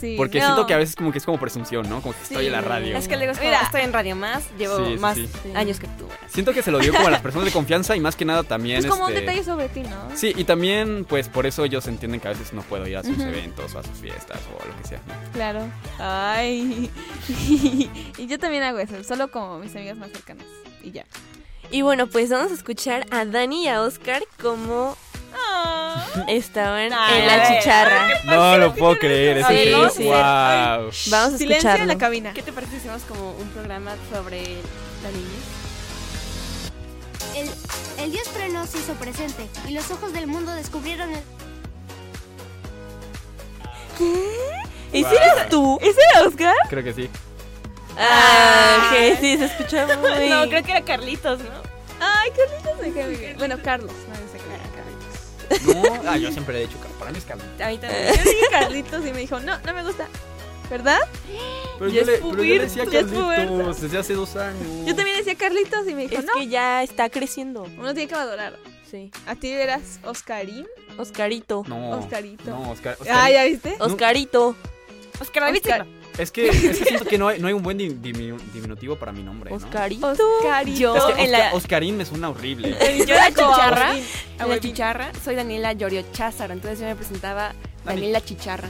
Speaker 6: Sí.
Speaker 4: porque
Speaker 6: no.
Speaker 4: siento que a veces como que es como presunción, ¿no? Como que estoy en la radio.
Speaker 5: Es que luego es como,
Speaker 6: Mira.
Speaker 5: estoy en Radio Más, llevo
Speaker 4: Sí, sí,
Speaker 5: más
Speaker 4: sí.
Speaker 5: años que tú. ¿verdad?
Speaker 4: Siento que se lo dio
Speaker 6: (laughs)
Speaker 4: como a las personas de confianza y más que nada también
Speaker 6: Es como un
Speaker 4: este,
Speaker 6: detalle sobre ti, ¿no?
Speaker 4: Sí, y también, pues por eso ellos entienden que a veces no puedo ir a sus
Speaker 6: Ujú.
Speaker 4: eventos o a sus fiestas o a lo que sea. ¿no?
Speaker 6: Claro. Ay. (laughs) y yo también hago eso, solo como mis amigas más cercanas. Y ya.
Speaker 7: Y bueno, pues vamos a escuchar a Dani y a Oscar como
Speaker 6: Ah.
Speaker 7: estaban
Speaker 5: Ay,
Speaker 7: en la
Speaker 5: a ver.
Speaker 7: chicharra.
Speaker 4: No lo puedo creer, eso
Speaker 7: Sí,
Speaker 4: es
Speaker 7: sí.
Speaker 4: wow.
Speaker 7: Vamos a
Speaker 6: Silencio en la
Speaker 7: escucharlo.
Speaker 6: cabina.
Speaker 5: ¿Qué te parece si hacemos como un programa sobre la niñez?
Speaker 2: El, el dios Frenos se hizo presente y los ojos del mundo descubrieron el...
Speaker 7: ¿Ese eres tú?
Speaker 6: ¿Ese era Oscar?
Speaker 4: Creo que
Speaker 6: (laughs)
Speaker 4: sí.
Speaker 7: Ah, ok, sí, se escucha muy...
Speaker 5: No, creo que era Carlitos, ¿no?
Speaker 6: Ay, Carlitos me cae muy bien. (laughs) Bueno, Carlos. No, yo sé que era Carlitos.
Speaker 4: No, ah, yo siempre he dicho que para mí es Carlos.
Speaker 5: A mí también.
Speaker 6: Yo dije Carlitos y me dijo, no, no me gusta. ¿Verdad?
Speaker 4: Pero,
Speaker 6: Ya
Speaker 4: yo
Speaker 6: es
Speaker 4: le, pero yo le decía
Speaker 6: puberto, ya es
Speaker 4: Carlitos desde hace dos años.
Speaker 6: Yo también decía Carlitos y me dijo,
Speaker 7: Es
Speaker 6: no.
Speaker 7: que ya está creciendo.
Speaker 6: Uno tiene que madurar.
Speaker 7: Sí.
Speaker 6: ¿A ti eras Oscarín?
Speaker 7: Oscarito.
Speaker 4: No.
Speaker 6: Oscarito.
Speaker 4: No, Oscar. Oscar-
Speaker 6: Ah, ¿ya viste?
Speaker 7: Oscarito.
Speaker 5: Oscar, David
Speaker 6: Oscar.
Speaker 5: Silva.
Speaker 4: Es, que, es que siento que no hay, no hay un buen di- diminu- diminutivo para mi nombre. ¿no?
Speaker 7: Oscarito.
Speaker 6: Oscarito.
Speaker 5: Yo
Speaker 4: Es que
Speaker 5: en
Speaker 4: Oscar-
Speaker 5: la,
Speaker 4: Oscarín me suena
Speaker 6: (laughs)
Speaker 4: horrible.
Speaker 5: (laughs) yo en la chicharra, en la
Speaker 6: Aguavín.
Speaker 5: chicharra, soy Daniela Llorio Cházaro, entonces yo me presentaba
Speaker 4: Dani.
Speaker 5: Daniela Chicharra.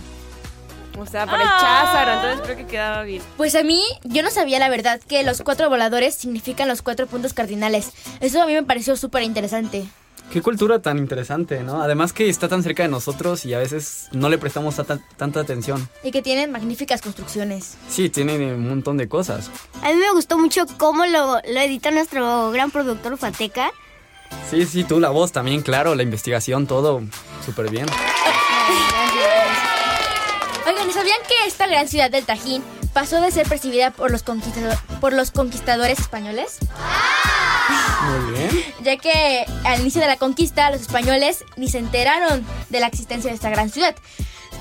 Speaker 5: O sea, para el Cházaro, entonces creo que quedaba bien.
Speaker 2: Pues a mí, yo no sabía la verdad que los cuatro voladores significan los cuatro puntos cardinales. Eso a mí me pareció súper interesante.
Speaker 4: Qué cultura tan interesante, ¿no? Además que está tan cerca de nosotros y a veces no le prestamos tanta atención.
Speaker 2: Y que tienen magníficas construcciones.
Speaker 4: Sí, tienen un montón de cosas.
Speaker 8: A mí me gustó mucho cómo lo, lo edita nuestro gran productor Ufateca.
Speaker 4: Sí, sí, tú la voz también, claro, la investigación, todo súper bien.
Speaker 2: Oigan, ¿y sabían que esta gran ciudad del Tajín pasó de ser percibida por los, conquistado- por los conquistadores españoles?
Speaker 4: Muy bien.
Speaker 2: Ya que al inicio de la conquista los españoles ni se enteraron de la existencia de esta gran ciudad.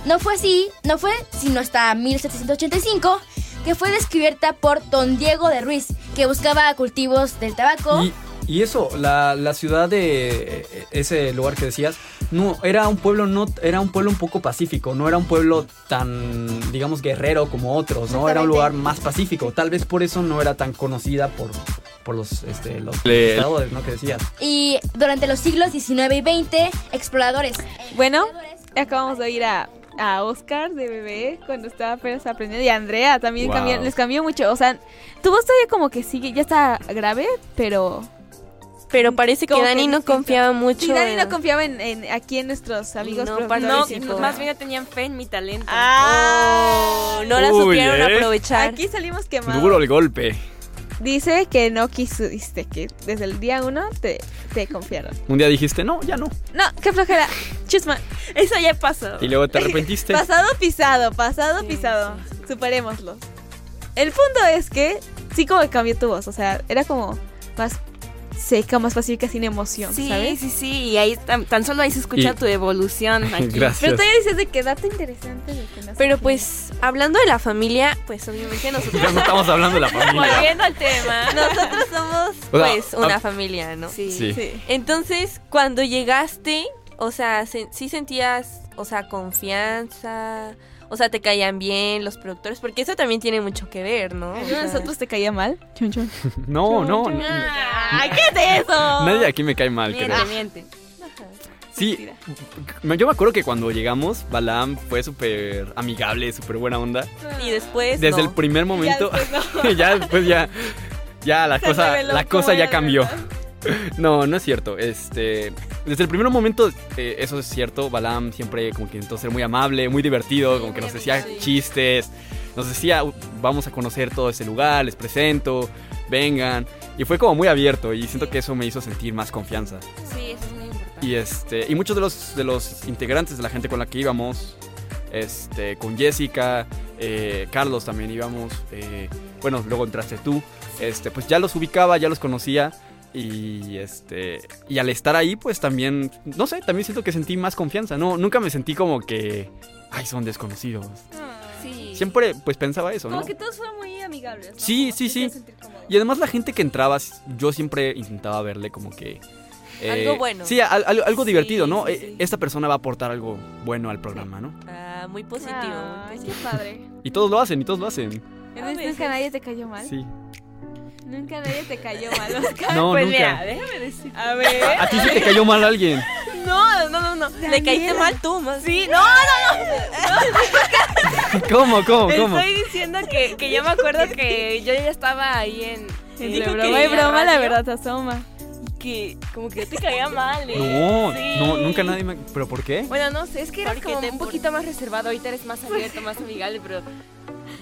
Speaker 2: No fue así, no fue sino hasta 1785 que fue descubierta por don Diego de Ruiz, que buscaba cultivos del tabaco.
Speaker 9: Y, y eso, la, la ciudad de eh, ese lugar que decías, no, era un pueblo no, era un pueblo un poco pacífico, no era un pueblo tan, digamos, guerrero como otros, ¿no? Era un lugar más pacífico. Tal vez por eso no era tan conocida por, por los, este, los
Speaker 4: Le-
Speaker 9: conquistadores, ¿no? Que decías.
Speaker 2: Y durante los siglos XIX y XX, exploradores.
Speaker 6: Bueno, acabamos de oír a, a Oscar de bebé cuando estaba apenas aprendiendo y a Andrea también
Speaker 4: Wow.
Speaker 6: cambió- les cambió mucho. O sea, tu voz todavía como que sigue, ya está grave, pero...
Speaker 7: Pero parece que
Speaker 6: Como que
Speaker 7: Dani no
Speaker 6: distinto.
Speaker 7: confiaba mucho.
Speaker 6: Sí, Dani no
Speaker 7: en-
Speaker 6: confiaba en, en- aquí en nuestros amigos.
Speaker 7: No,
Speaker 6: pero-
Speaker 7: para
Speaker 5: No,
Speaker 7: sí,
Speaker 5: no,
Speaker 7: fue.
Speaker 5: más bien no tenían fe en mi talento. Oh.
Speaker 6: Ah,
Speaker 7: No la
Speaker 4: Uy,
Speaker 7: supieron
Speaker 4: ¿eh?
Speaker 7: aprovechar.
Speaker 6: aquí salimos quemados.
Speaker 4: Duro el golpe.
Speaker 6: Dice que no quisiste, que desde el día uno te, te confiaron.
Speaker 4: Un día dijiste, no, ya no.
Speaker 6: No, qué flojera. Chusma,
Speaker 5: Eso ya pasó.
Speaker 4: Y luego te
Speaker 6: (laughs)
Speaker 4: arrepentiste.
Speaker 6: Pasado pisado, pasado
Speaker 7: Sí,
Speaker 6: pisado.
Speaker 7: sí,
Speaker 6: Superémoslo. El punto es que sí como que cambió tu voz, o sea, era como más seca, más pacífica, sin emoción,
Speaker 5: Sí,
Speaker 6: ¿sabes?
Speaker 5: sí, sí. Y ahí tan, tan solo ahí se escucha
Speaker 4: Y-
Speaker 5: tu evolución.
Speaker 4: (laughs)
Speaker 5: Aquí.
Speaker 4: Gracias.
Speaker 6: dices de qué dato interesante. de que nace
Speaker 7: Pero
Speaker 6: aquí.
Speaker 7: pues, hablando de la familia, pues obviamente
Speaker 4: (laughs)
Speaker 7: nosotros...
Speaker 4: Ya no estamos hablando de la familia.
Speaker 7: Volviendo al tema, nosotros somos
Speaker 4: O sea,
Speaker 7: pues una
Speaker 4: ah,
Speaker 7: familia, ¿no?
Speaker 5: Sí.
Speaker 4: Sí.
Speaker 7: Entonces, cuando llegaste, o sea, se- sí sentías, o sea, confianza, o sea, te caían bien los productores, porque eso también tiene mucho que ver, ¿no? O
Speaker 6: ¿Alguno de
Speaker 7: sea,
Speaker 6: nosotros te caía mal? Chon, chon.
Speaker 4: No, no. n-
Speaker 5: Ay, ¿qué es eso?
Speaker 4: Nadie aquí me cae mal, creo.
Speaker 5: Miente, miente.
Speaker 4: Sí, me- yo me acuerdo que cuando llegamos, Balam fue súper amigable, súper buena onda.
Speaker 7: Y después
Speaker 4: Desde
Speaker 7: no.
Speaker 4: el primer momento, (laughs) ya después ya, ya la cosa,
Speaker 6: reveló
Speaker 4: la
Speaker 6: cómo
Speaker 4: cosa
Speaker 6: era
Speaker 4: ya
Speaker 6: de
Speaker 4: cambió. No, no es cierto. Este, desde el primer momento, eh, eso es cierto. Balam siempre como que intentó ser muy amable, muy divertido, como que nos decía chistes, nos decía, "Uh, vamos a conocer todo ese lugar, les presento, vengan. Y fue como muy abierto y siento que eso me hizo sentir más confianza.
Speaker 5: Sí, eso es muy importante.
Speaker 4: Y este. Y muchos de los de los integrantes de la gente con la que íbamos. Este. Con Jessica. eh, Carlos también íbamos. eh, bueno, luego entraste tú. Este. Pues ya los ubicaba, ya los conocía. Y este. Y al estar ahí, pues también. No sé, también siento que sentí más confianza. No, nunca me sentí como que. Ay, son desconocidos.
Speaker 5: Sí.
Speaker 4: Siempre pues pensaba eso, ¿no?
Speaker 6: Como que todos fueron muy amigables. ¿no?
Speaker 4: Sí,
Speaker 6: Como
Speaker 4: sí,
Speaker 6: que te
Speaker 4: sí.
Speaker 6: hacen sentir cómodo.
Speaker 4: Y además la gente que entraba, s- yo siempre intentaba verle como que... eh,
Speaker 7: Algo bueno.
Speaker 4: Sí, al- al- algo
Speaker 7: Sí,
Speaker 4: divertido, ¿no?
Speaker 7: sí,
Speaker 4: Eh,
Speaker 7: sí.
Speaker 4: Esta persona va a aportar algo bueno al programa, ¿no?
Speaker 7: Ah, muy positivo.
Speaker 6: Ah,
Speaker 7: muy
Speaker 6: qué
Speaker 7: positivo.
Speaker 6: (laughs) padre.
Speaker 4: Y todos lo hacen, y todos lo hacen.
Speaker 6: Entonces, Pues, nunca nadie te cayó mal.
Speaker 4: Sí.
Speaker 6: Nunca nadie te cayó (laughs) mal, Oscar.
Speaker 4: No,
Speaker 5: pues mira,
Speaker 4: nunca.
Speaker 5: déjame decir.
Speaker 6: A ver.
Speaker 5: (laughs)
Speaker 4: A ti sí te cayó mal alguien. (laughs)
Speaker 7: No, no, no, no. Le caíste mal tú, más. Sí, no.
Speaker 4: ¿Cómo, cómo,
Speaker 5: Te
Speaker 4: cómo?
Speaker 5: estoy diciendo que, que yo me acuerdo que yo ya estaba ahí en. en
Speaker 6: Dijo
Speaker 5: la
Speaker 6: que
Speaker 5: broma
Speaker 6: hay
Speaker 5: y
Speaker 6: broma, la
Speaker 5: radio,
Speaker 6: verdad, asoma.
Speaker 5: Que como que te caía mal, ¿eh?
Speaker 4: (laughs) No,
Speaker 5: Sí.
Speaker 4: no, nunca nadie me... ¿Pero por qué?
Speaker 5: Bueno, no sé, es que eras
Speaker 7: Porque
Speaker 5: como
Speaker 7: te
Speaker 5: un
Speaker 7: por-
Speaker 5: poquito más reservado, ahorita eres (laughs) más abierto, más amigable, pero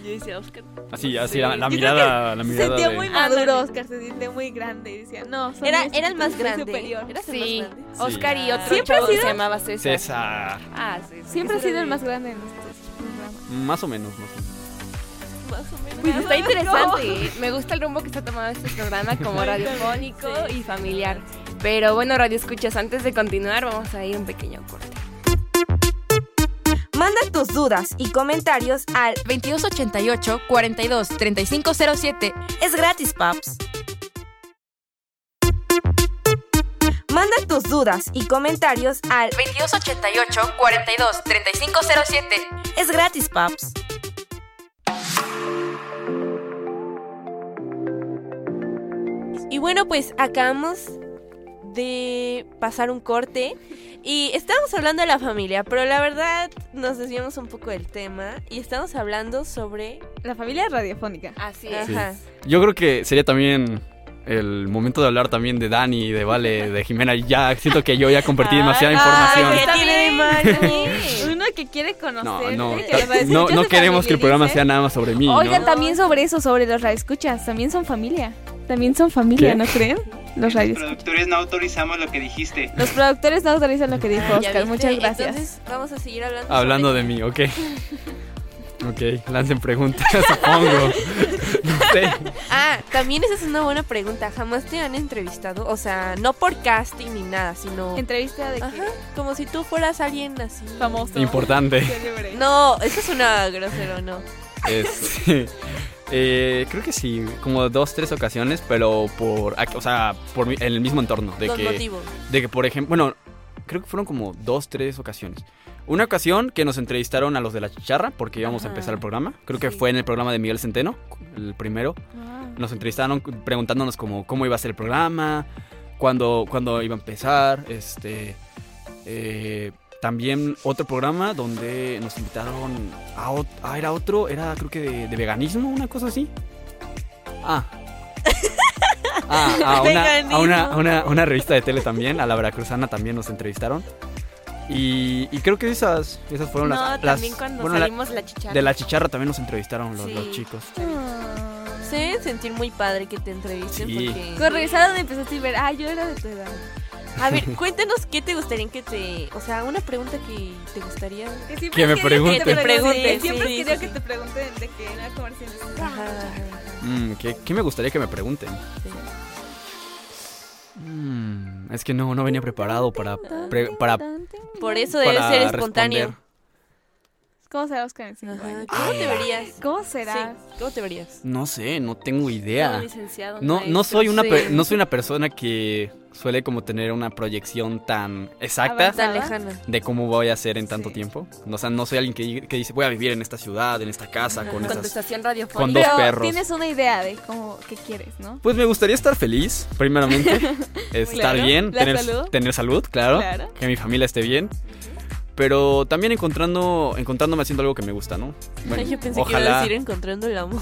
Speaker 5: yo decía, Oscar.
Speaker 4: Así, así,
Speaker 5: Sí.
Speaker 4: la, la
Speaker 5: Yo
Speaker 4: mirada, la
Speaker 6: Se
Speaker 4: mirada
Speaker 6: sentía
Speaker 4: de-
Speaker 6: muy
Speaker 5: Ah,
Speaker 6: maduro,
Speaker 5: ándale.
Speaker 6: Oscar, se sentía muy grande. Y decía, no, soy
Speaker 7: Era,
Speaker 6: muy
Speaker 7: era el más
Speaker 6: chiquito,
Speaker 7: grande.
Speaker 6: soy superior.
Speaker 7: Eras el
Speaker 1: Sí.
Speaker 7: más grande.
Speaker 4: Sí.
Speaker 5: Oscar y otro
Speaker 6: Siempre ha
Speaker 5: chavo que
Speaker 6: sido-
Speaker 5: se llamaba César.
Speaker 4: César.
Speaker 5: Ah, sí. sí.
Speaker 6: Siempre ha
Speaker 5: Ese
Speaker 6: sido
Speaker 5: era
Speaker 6: el más grande de nuestros programas.
Speaker 4: Más o menos, más o menos.
Speaker 5: Pues está (laughs) interesante. Me gusta el rumbo que está tomando este
Speaker 4: (laughs)
Speaker 5: programa como radiofónico y familiar. Pero bueno, Radio Escuchas, antes de continuar vamos a ir un pequeño (laughs) corte.
Speaker 3: Manda tus dudas y comentarios al
Speaker 1: 2288 42 3507
Speaker 3: Es gratis, paps. Manda tus dudas y comentarios al
Speaker 1: 2288 42 3507
Speaker 3: Es gratis, paps.
Speaker 7: Y bueno, pues acabamos de pasar un corte y estábamos hablando de la familia, pero la verdad nos desviamos un poco del tema y estamos hablando sobre...
Speaker 6: La familia radiofónica.
Speaker 5: Así
Speaker 4: Sí.
Speaker 7: Ajá.
Speaker 4: Yo creo que sería también el momento de hablar también de Dani, de Vale, de Jimena. Ya siento que yo ya compartí demasiada información.
Speaker 7: Ay, ¿qué tiene de malo?
Speaker 6: Uno que quiere conocer.
Speaker 4: No, no,
Speaker 6: que
Speaker 4: ta-
Speaker 6: le parece
Speaker 4: no,
Speaker 6: mucho
Speaker 4: no
Speaker 6: se
Speaker 4: queremos que el programa sea nada más sobre mí, ¿no?
Speaker 6: Oigan, también sobre eso, sobre los radioescuchas. También son familia. También son familia,
Speaker 4: ¿Qué?
Speaker 6: ¿no creen? Los radioescuchas.
Speaker 10: productores no autorizamos lo que dijiste.
Speaker 6: Los productores no autorizan lo que dijo
Speaker 7: Ah, ya
Speaker 6: Oscar.
Speaker 7: viste,
Speaker 6: Muchas gracias.
Speaker 7: Entonces vamos a seguir hablando.
Speaker 4: Hablando
Speaker 7: sobre-
Speaker 4: de mí, ok. Ok, lancen preguntas, (laughs) supongo. No sé.
Speaker 7: Ah, también esa es una buena pregunta. Jamás te han entrevistado, o sea, no por casting ni nada, sino
Speaker 6: Entrevista de
Speaker 7: Ajá, como si tú fueras alguien así.
Speaker 6: famoso.
Speaker 4: Importante.
Speaker 7: No, eso es una grosero, no.
Speaker 4: Este, eh, creo que sí, como dos, tres ocasiones, pero por, o sea, por mi- en el mismo entorno. De
Speaker 7: Los
Speaker 4: que,
Speaker 7: motivos.
Speaker 4: De que, por ejemplo, bueno, creo que fueron como dos, tres ocasiones. Una ocasión que nos entrevistaron a los de la chicharra porque íbamos a
Speaker 7: Ajá.
Speaker 4: empezar el programa. Creo que
Speaker 7: Sí.
Speaker 4: fue en el programa de Miguel Centeno, el primero.
Speaker 7: ah.
Speaker 4: Nos entrevistaron preguntándonos como cómo iba a ser el programa, cuándo, cuándo iba a empezar. Este, eh, también otro programa donde nos invitaron a, ot- ah, era otro, era creo que de, de veganismo, una cosa así.
Speaker 5: (laughs)
Speaker 4: Ah. Ah, a una, a una, a una- a una revista de tele también, a la Veracruzana también nos entrevistaron. Y, y creo que esas, esas fueron
Speaker 5: No,
Speaker 4: las... las-
Speaker 5: también cuando
Speaker 4: bueno, la-
Speaker 5: salimos la, chicharra.
Speaker 4: de la chicharra también nos entrevistaron los,
Speaker 5: Sí.
Speaker 4: los chicos.
Speaker 7: Se deben sentir muy padre que te entrevisten
Speaker 4: Sí.
Speaker 7: porque...
Speaker 6: Corregizar donde empezaste a ver, ah, yo era de tu edad.
Speaker 7: A ver, cuéntanos qué te gustaría que te... O sea, una pregunta que te gustaría...
Speaker 6: Que, siempre
Speaker 4: Que me
Speaker 6: has querido
Speaker 4: pregunten.
Speaker 6: te
Speaker 7: Que te pregunten,
Speaker 6: Siempre
Speaker 7: sí,
Speaker 6: has querido
Speaker 7: sí,
Speaker 6: que
Speaker 7: sí.
Speaker 6: te pregunten de que era comerciante.
Speaker 7: Ajá.
Speaker 6: Ah,
Speaker 4: Mm, ¿qué, qué me gustaría que me pregunten? Mm, es que no, no venía preparado para, pre- para,
Speaker 7: Por eso debe
Speaker 4: para
Speaker 7: ser espontáneo.
Speaker 4: responder.
Speaker 6: ¿Cómo será Oscar en cinco
Speaker 7: Ajá,
Speaker 6: años?
Speaker 7: ¿Cómo te verías?
Speaker 6: ¿Cómo
Speaker 7: Sí,
Speaker 6: será?
Speaker 7: ¿Cómo te verías?
Speaker 4: No sé, no tengo idea.
Speaker 5: licenciado.
Speaker 4: No, no soy una per-
Speaker 5: persona
Speaker 4: no soy una persona que suele como tener una proyección tan exacta
Speaker 7: Tan lejana.
Speaker 4: de cómo voy a ser en tanto tiempo. O sea, no soy alguien que, que dice voy a vivir en esta ciudad, en esta casa, con estas.
Speaker 5: Contestación
Speaker 4: con
Speaker 5: radiofónica.
Speaker 4: dos
Speaker 6: Pero
Speaker 4: perros.
Speaker 6: tienes una idea de cómo que quieres, ¿no?
Speaker 4: Pues me gustaría estar feliz, primeramente. estar
Speaker 6: Claro,
Speaker 4: bien,
Speaker 6: la
Speaker 4: tener
Speaker 6: salud.
Speaker 4: tener salud, claro,
Speaker 6: Claro.
Speaker 4: Que mi familia esté bien. Pero también encontrando, encontrándome haciendo algo que me gusta, ¿no? Bueno,
Speaker 7: Yo pensé que iba a
Speaker 4: ojalá.
Speaker 7: decir encontrando el amor.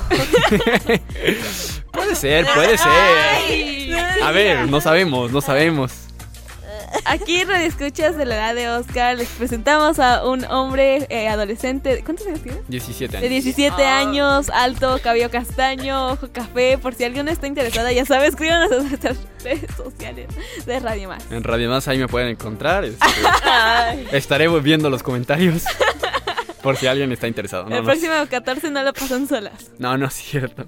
Speaker 4: Puede ser, puede ser. A ver, no sabemos, no sabemos.
Speaker 6: Aquí en Radio Escuchas de la edad de Oscar les presentamos a un hombre eh, adolescente. ¿Cuántos años tiene?
Speaker 4: 17
Speaker 6: De
Speaker 4: años.
Speaker 6: 17
Speaker 4: Ah.
Speaker 6: años, alto, cabello castaño, ojo café. Por si alguien está interesada, ya sabes, escríbanos a nuestras (laughs) redes sociales de Radio Más.
Speaker 4: En Radio Más ahí me pueden encontrar. este, estaré viendo los comentarios por si alguien está interesado. No,
Speaker 6: El
Speaker 4: no,
Speaker 6: próximo 14 no lo pasan solas.
Speaker 4: no, no es cierto.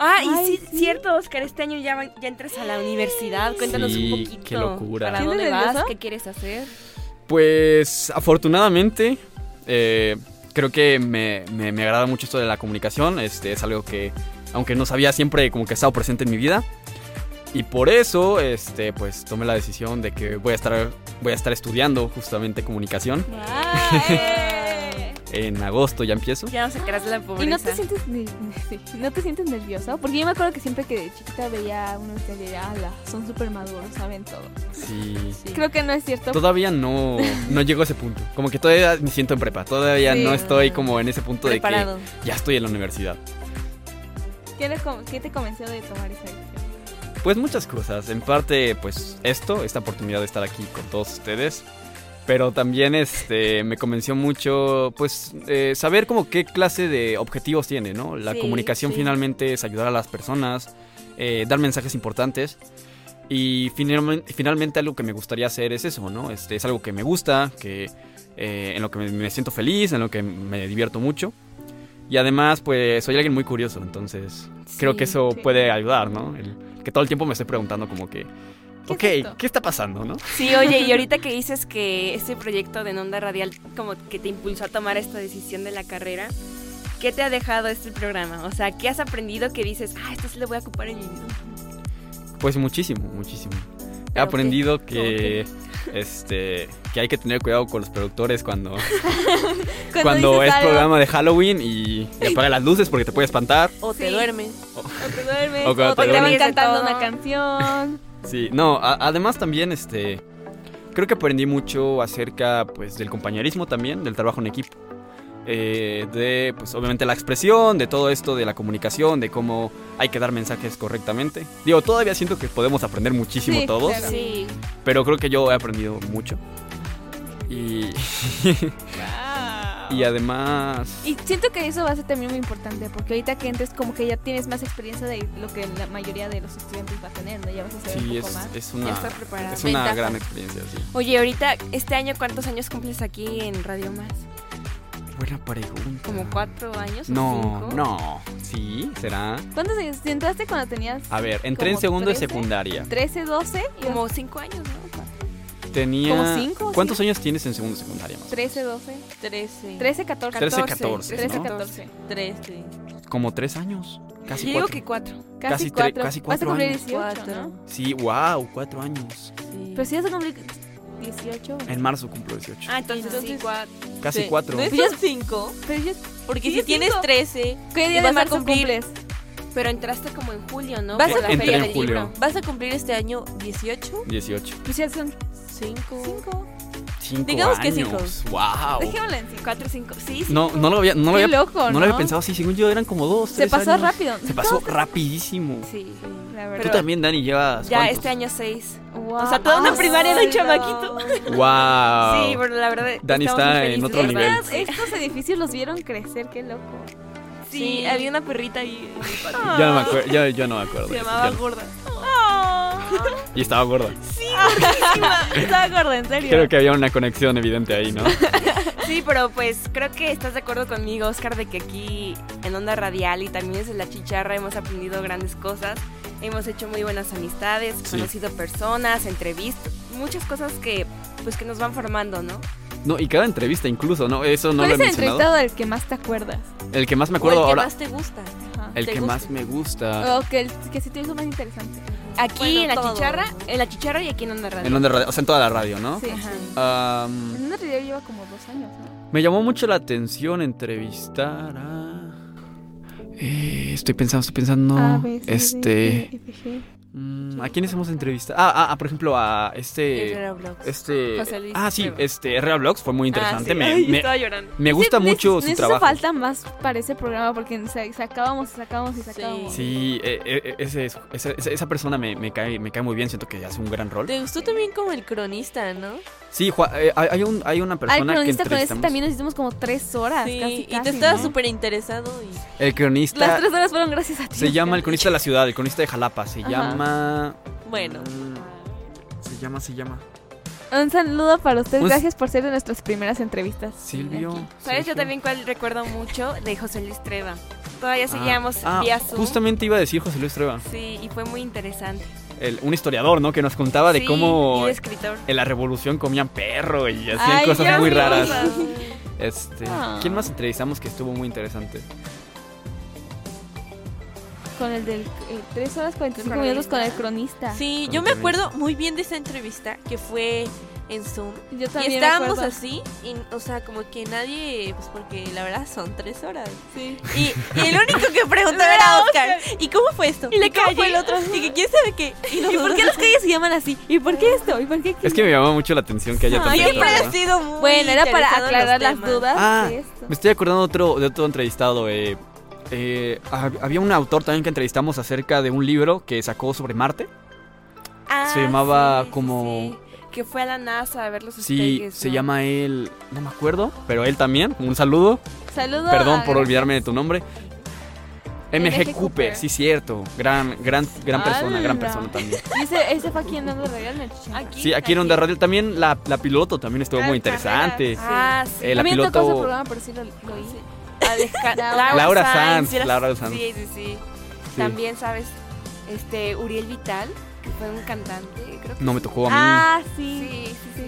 Speaker 5: Ah, y sí, cierto, Oscar, este año ya, va- ya entras a la universidad. Cuéntanos
Speaker 4: Sí,
Speaker 5: un poquito.
Speaker 4: qué locura.
Speaker 5: ¿Para
Speaker 6: ¿Sientes
Speaker 5: dónde vas?
Speaker 6: nervioso?
Speaker 5: ¿Qué quieres hacer?
Speaker 4: Pues afortunadamente, eh, creo que me, me- me agrada mucho esto de la comunicación. Este, es algo que, aunque no sabía, siempre como que ha estado presente en mi vida. Y por eso, este, pues tomé la decisión de que voy a estar, voy a estar estudiando justamente comunicación. En agosto ya empiezo.
Speaker 5: Ya no sacarás la pobreza.
Speaker 6: ¿Y no te, sientes, ni- ni- (laughs) sí, no te sientes nerviosa? Porque yo me acuerdo que siempre que de chiquita veía a uno que decía, ala, son súper maduros, saben todo.
Speaker 4: Sí.
Speaker 6: Creo que no es cierto.
Speaker 4: Todavía no, no llego a ese punto. Como que todavía me siento en prepa. Todavía
Speaker 6: Sí.
Speaker 4: no estoy como en ese punto
Speaker 7: Preparado.
Speaker 4: de que ya estoy en la universidad.
Speaker 6: ¿Qué, le com- qué te convenció de tomar esa decisión?
Speaker 4: Pues muchas cosas. En parte, pues esto, esta oportunidad de estar aquí con todos ustedes. Pero también este, me convenció mucho, pues, eh, saber como qué clase de objetivos tiene, ¿no? La
Speaker 7: Sí,
Speaker 4: comunicación
Speaker 7: sí.
Speaker 4: finalmente es ayudar a las personas, eh, dar mensajes importantes. Y finalmen- finalmente algo que me gustaría hacer es eso, ¿no? Este, es algo que me gusta, que, eh, en lo que me, me siento feliz, en lo que me divierto mucho. Y además, pues, soy alguien muy curioso, entonces creo que eso
Speaker 6: sí.
Speaker 4: puede ayudar, ¿no? El- que todo el tiempo me estoy preguntando como que,
Speaker 6: ¿Qué
Speaker 4: ok,
Speaker 6: es esto?
Speaker 4: ¿qué está pasando, no?
Speaker 5: Sí, oye, y ahorita que dices que este proyecto de en Onda Radial como que te impulsó a tomar esta decisión de la carrera, ¿qué te ha dejado este programa? O sea, ¿qué has aprendido que dices, ah, esto sí lo voy a ocupar en mi vida?
Speaker 4: Pues muchísimo, muchísimo. He
Speaker 7: ¿Pero qué?
Speaker 4: aprendido
Speaker 7: ¿Cómo qué?
Speaker 4: que, este, que hay que tener cuidado con los productores cuando,
Speaker 6: (laughs) Cuando
Speaker 4: cuando
Speaker 6: dices
Speaker 4: es
Speaker 6: algo,
Speaker 4: programa de Halloween y, y apaga las luces porque te puede espantar.
Speaker 7: O te
Speaker 6: Sí.
Speaker 7: duermes.
Speaker 6: O te duermes,
Speaker 4: O
Speaker 6: o,
Speaker 4: cuando
Speaker 6: te
Speaker 4: te
Speaker 6: graban
Speaker 5: duermes.
Speaker 6: cantando
Speaker 5: Todo.
Speaker 6: una canción.
Speaker 4: Sí, no, a- además también, este, creo que aprendí mucho acerca, pues, del compañerismo también, del trabajo en equipo. Eh, de, pues, obviamente la expresión, de todo esto, de la comunicación, de cómo hay que dar mensajes correctamente. Digo, todavía siento que podemos aprender muchísimo
Speaker 6: Sí,
Speaker 4: todos,
Speaker 6: claro.
Speaker 7: Sí.
Speaker 4: pero creo que yo he aprendido mucho. Y, (laughs) y además...
Speaker 6: Y siento que eso va a ser también muy importante, porque ahorita que entres como que ya tienes más experiencia de lo que la mayoría de los estudiantes va a tener, ¿no? Ya vas a saber
Speaker 4: Sí,
Speaker 6: un poco
Speaker 4: es,
Speaker 6: más.
Speaker 4: es
Speaker 5: Ya
Speaker 4: una,
Speaker 5: está preparado.
Speaker 4: es una
Speaker 7: Ventaja.
Speaker 4: gran experiencia, sí.
Speaker 5: Oye, ahorita, este año, ¿cuántos años cumples aquí en Radio Más?
Speaker 4: Buena pregunta.
Speaker 5: ¿Como cuatro años? o
Speaker 4: No,
Speaker 5: cinco?
Speaker 4: no, sí, será...
Speaker 6: ¿Cuántos años te entraste cuando tenías?
Speaker 4: A ver, entré en
Speaker 6: ¿Como
Speaker 4: segundo de
Speaker 6: 13?
Speaker 4: secundaria.
Speaker 6: 13, 12, y como
Speaker 5: Como cinco años, ¿no?
Speaker 4: Tenía.
Speaker 6: ¿Como cinco o
Speaker 4: ¿Cuántos años tienes en segundo de secundaria? Más?
Speaker 6: 13, 12,
Speaker 7: 13.
Speaker 6: 13, 14,
Speaker 4: 13, 14.
Speaker 6: 13,
Speaker 4: ¿no?
Speaker 6: 14.
Speaker 7: 13.
Speaker 4: Como tres años.
Speaker 5: Yo
Speaker 4: Casi
Speaker 5: digo
Speaker 4: cuatro.
Speaker 5: que cuatro.
Speaker 4: Casi
Speaker 6: Casi
Speaker 4: tre-
Speaker 6: 4.
Speaker 4: casi
Speaker 6: Vas a
Speaker 4: cuatro
Speaker 6: cumplir
Speaker 4: años.
Speaker 6: 18,
Speaker 7: Cuatro.
Speaker 6: ¿no?
Speaker 4: Sí, wow, cuatro años.
Speaker 7: Sí.
Speaker 5: Pues,
Speaker 6: Pero si vas a cumplir 18.
Speaker 4: En marzo cumplo 18.
Speaker 5: Ah, entonces,
Speaker 7: Entonces,
Speaker 5: sí, cuatro.
Speaker 4: Casi
Speaker 7: Sí.
Speaker 4: cuatro.
Speaker 7: ¿No
Speaker 5: Pues
Speaker 7: es son 5?
Speaker 6: Pero yo,
Speaker 7: Porque
Speaker 6: Sí,
Speaker 7: si
Speaker 6: es
Speaker 7: tienes
Speaker 6: cinco.
Speaker 7: 13,
Speaker 6: ¿Qué día
Speaker 7: vas
Speaker 6: de
Speaker 7: a
Speaker 6: marzo
Speaker 7: cumplir-
Speaker 6: cumples?
Speaker 5: Pero entraste como en julio, ¿no?
Speaker 7: Vas
Speaker 5: Por
Speaker 7: a
Speaker 5: la
Speaker 7: cumplir-
Speaker 5: feria
Speaker 4: Entré en
Speaker 5: del libro.
Speaker 4: julio.
Speaker 7: ¿vas a cumplir este año 18?
Speaker 4: 18.
Speaker 6: Pues ya son
Speaker 7: 5.
Speaker 6: 5.
Speaker 4: Cinco
Speaker 7: Digamos que
Speaker 4: años.
Speaker 7: cinco.
Speaker 4: Wow.
Speaker 6: Dejémoslo en 5.
Speaker 5: Cuatro, cinco, sí, sí.
Speaker 4: No, no lo había, Oh. no lo
Speaker 6: Qué
Speaker 4: había,
Speaker 6: loco,
Speaker 4: no lo
Speaker 6: ¿no?
Speaker 4: había pensado así. Según yo eran como dos.
Speaker 6: Se
Speaker 4: tres
Speaker 6: pasó
Speaker 4: años.
Speaker 6: rápido.
Speaker 4: Se pasó rapidísimo.
Speaker 5: Sí,
Speaker 6: La
Speaker 4: Tú
Speaker 6: verdad.
Speaker 4: también, Dani, llevas.
Speaker 5: ya
Speaker 4: ¿cuántos?
Speaker 5: este año seis.
Speaker 6: Wow.
Speaker 5: O sea, toda una
Speaker 6: Ah,
Speaker 5: primaria de
Speaker 6: sí,
Speaker 5: un chamaquito.
Speaker 4: Wow.
Speaker 5: Sí, pero la verdad.
Speaker 4: Dani
Speaker 5: estamos
Speaker 4: está
Speaker 5: muy
Speaker 4: en
Speaker 5: felices,
Speaker 4: otro
Speaker 5: ¿verdad?
Speaker 4: nivel.
Speaker 6: no. Estos edificios los vieron crecer, qué loco.
Speaker 5: Sí, había una perrita ahí.
Speaker 4: Ya no me acuerdo. Ya, ya no me acuerdo.
Speaker 5: Se
Speaker 4: de eso,
Speaker 5: llamaba
Speaker 4: ya no. Ah.
Speaker 5: Gorda. Oh,
Speaker 4: Y estaba gorda.
Speaker 6: Estaba gorda, en serio.
Speaker 4: Creo que había una conexión evidente ahí, ¿no?
Speaker 5: Sí, pero pues creo que estás de acuerdo conmigo, Oscar, de que aquí en Onda Radial y también desde La Chicharra hemos aprendido grandes cosas. Hemos hecho muy buenas amistades, conocido personas, entrevistas, muchas cosas que pues que nos van formando, ¿no?
Speaker 4: No, y cada entrevista incluso, ¿no? Eso no
Speaker 6: ¿Cuál
Speaker 4: lo he
Speaker 6: es el
Speaker 4: mencionado.
Speaker 6: entrevistado del que más te acuerdas?
Speaker 4: El que más me
Speaker 7: O el
Speaker 4: acuerdo
Speaker 7: que
Speaker 4: ahora.
Speaker 7: más te gusta.
Speaker 4: el
Speaker 7: te
Speaker 4: que
Speaker 7: guste.
Speaker 4: más me gusta.
Speaker 6: O que, el- que se te hizo más interesante.
Speaker 5: Aquí
Speaker 7: Bueno,
Speaker 5: en la
Speaker 7: todo,
Speaker 5: chicharra,
Speaker 7: ¿no?
Speaker 5: en la chicharra y aquí en Onda Radio.
Speaker 4: En Onda Radio, o sea, en toda la radio, ¿no?
Speaker 6: Sí.
Speaker 4: Am,
Speaker 6: En una realidad lleva como dos años, ¿no?
Speaker 4: me llamó mucho la atención entrevistar a. Eh, estoy pensando, estoy pensando.
Speaker 7: Ah,
Speaker 6: A, B, C, D,
Speaker 4: este.
Speaker 6: E, F, G.
Speaker 4: mm, ¿A quiénes hemos entrevistado? Ah, ah, ah, por ejemplo, a este.
Speaker 7: Herrera Vlogs.
Speaker 4: Este.
Speaker 5: José Luis
Speaker 4: ah, sí,
Speaker 5: Cueva.
Speaker 4: este. Herrera Vlogs fue muy interesante.
Speaker 5: Ah, sí.
Speaker 4: me,
Speaker 5: Ay,
Speaker 4: me-
Speaker 5: estaba llorando.
Speaker 4: me gusta
Speaker 6: Sí,
Speaker 4: mucho
Speaker 6: neces-
Speaker 4: su
Speaker 6: necesita
Speaker 4: trabajo.
Speaker 6: falta más para ese programa porque sa- sacábamos y sacábamos y sacábamos.
Speaker 4: Sí, eh, eh, ese es- ese- ese- esa persona me, me cae, me cae muy bien. Siento que hace un gran rol.
Speaker 7: Te gustó también como el cronista, ¿no?
Speaker 4: Sí, Ju- eh, hay, hay un- hay una
Speaker 6: Al
Speaker 4: persona que
Speaker 6: cronista con ese
Speaker 4: entrevistamos.
Speaker 6: también nos hicimos como tres horas, Ah, casi,
Speaker 7: y
Speaker 6: casi,
Speaker 7: te estaba
Speaker 6: ¿no?
Speaker 7: súper interesado y
Speaker 4: El cronista.
Speaker 6: Las tres horas fueron gracias a ti.
Speaker 4: Se llama el cronista de la ciudad, el cronista de Jalapa. Se
Speaker 6: Ajá.
Speaker 4: llama.
Speaker 7: bueno.
Speaker 4: Mm, Se llama, se llama.
Speaker 6: Un saludo para ustedes.
Speaker 4: Un-
Speaker 6: Gracias por ser de nuestras primeras entrevistas.
Speaker 4: Pues Silvio.
Speaker 5: ¿Sabes
Speaker 4: Sergio.
Speaker 5: yo también cuál recuerdo mucho? De José Luis Treva. Todavía
Speaker 4: Ah,
Speaker 5: seguíamos
Speaker 4: ah,
Speaker 5: vía Zoom.
Speaker 4: Justamente iba a decir José Luis Trueba,
Speaker 5: Sí, y fue muy interesante.
Speaker 4: el- un historiador, ¿no? Que nos contaba de
Speaker 5: Sí,
Speaker 4: cómo
Speaker 5: Y escritor.
Speaker 4: en la revolución comían perro y hacían
Speaker 6: Ay,
Speaker 4: cosas
Speaker 6: ya
Speaker 4: muy
Speaker 6: vi.
Speaker 4: raras.
Speaker 5: Cosas.
Speaker 4: Este,
Speaker 6: Ah.
Speaker 4: ¿Quién más entrevistamos que estuvo muy interesante?
Speaker 6: Con el del eh, tres horas 45
Speaker 5: Cronista.
Speaker 6: minutos con el cronista.
Speaker 7: Sí,
Speaker 4: Con
Speaker 7: yo me
Speaker 4: permiso.
Speaker 7: acuerdo muy bien de esa entrevista que fue en Zoom.
Speaker 6: Yo
Speaker 7: Y
Speaker 6: también
Speaker 7: estábamos
Speaker 6: recuerdo.
Speaker 7: así, y, o sea, como que nadie, pues porque la verdad son tres horas. Y, y el único
Speaker 6: (laughs)
Speaker 7: que preguntaba era Oscar, ¿y cómo fue esto?
Speaker 6: Y la
Speaker 7: cómo fue
Speaker 6: calle.
Speaker 7: el otro? Y que quién sabe
Speaker 6: (laughs)
Speaker 7: qué. ¿Y, por qué las calles se llaman así?
Speaker 6: ¿Y por qué esto? ¿Y por qué
Speaker 4: Es que me llamó mucho la atención que haya tanta
Speaker 7: Siempre
Speaker 4: historia,
Speaker 7: ha
Speaker 4: ¿no?
Speaker 7: sido muy
Speaker 6: Bueno, era para
Speaker 7: interesado en los
Speaker 6: aclarar las
Speaker 7: temas.
Speaker 6: dudas
Speaker 4: Ah,
Speaker 6: de esto.
Speaker 4: Me estoy acordando de otro, de otro entrevistado. eh, eh, hab- había un autor también que entrevistamos acerca de un libro que sacó sobre Marte.
Speaker 5: Ah,
Speaker 4: Se llamaba
Speaker 5: sí, sí,
Speaker 4: como-
Speaker 5: sí. Que fue a la NASA a ver los
Speaker 4: Sí,
Speaker 5: despegues,
Speaker 4: se
Speaker 5: ¿no?
Speaker 4: llama él, no me acuerdo, pero él también. Un saludo.
Speaker 6: Saludo
Speaker 4: Perdón
Speaker 6: a-
Speaker 4: por olvidarme de tu nombre. MG
Speaker 6: MG
Speaker 4: Cooper,
Speaker 6: Cooper.
Speaker 4: sí cierto. Gran, gran, gran persona, gran
Speaker 6: Ala.
Speaker 4: persona también.
Speaker 6: Y Ese, ese fue aquí en Onda Real, en el Chichén.
Speaker 5: Aquí,
Speaker 4: Sí, aquí en Onda Radio también la, la piloto también estuvo muy interesante.
Speaker 5: Ah, sí.
Speaker 4: Eh, la
Speaker 6: A mí me tocó ese
Speaker 4: piloto
Speaker 6: programa, pero sí lo, lo oí.
Speaker 5: (laughs) Ca-
Speaker 6: Laura
Speaker 4: Laura Sanz,
Speaker 5: era-
Speaker 4: Laura Sanz.
Speaker 5: Sí, sí, sí.
Speaker 4: sí,
Speaker 5: También, ¿sabes? Este, Uriel Vital, que fue un cantante, creo que
Speaker 4: no me tocó a mí. Ah,
Speaker 6: Ah, sí.
Speaker 5: sí, sí,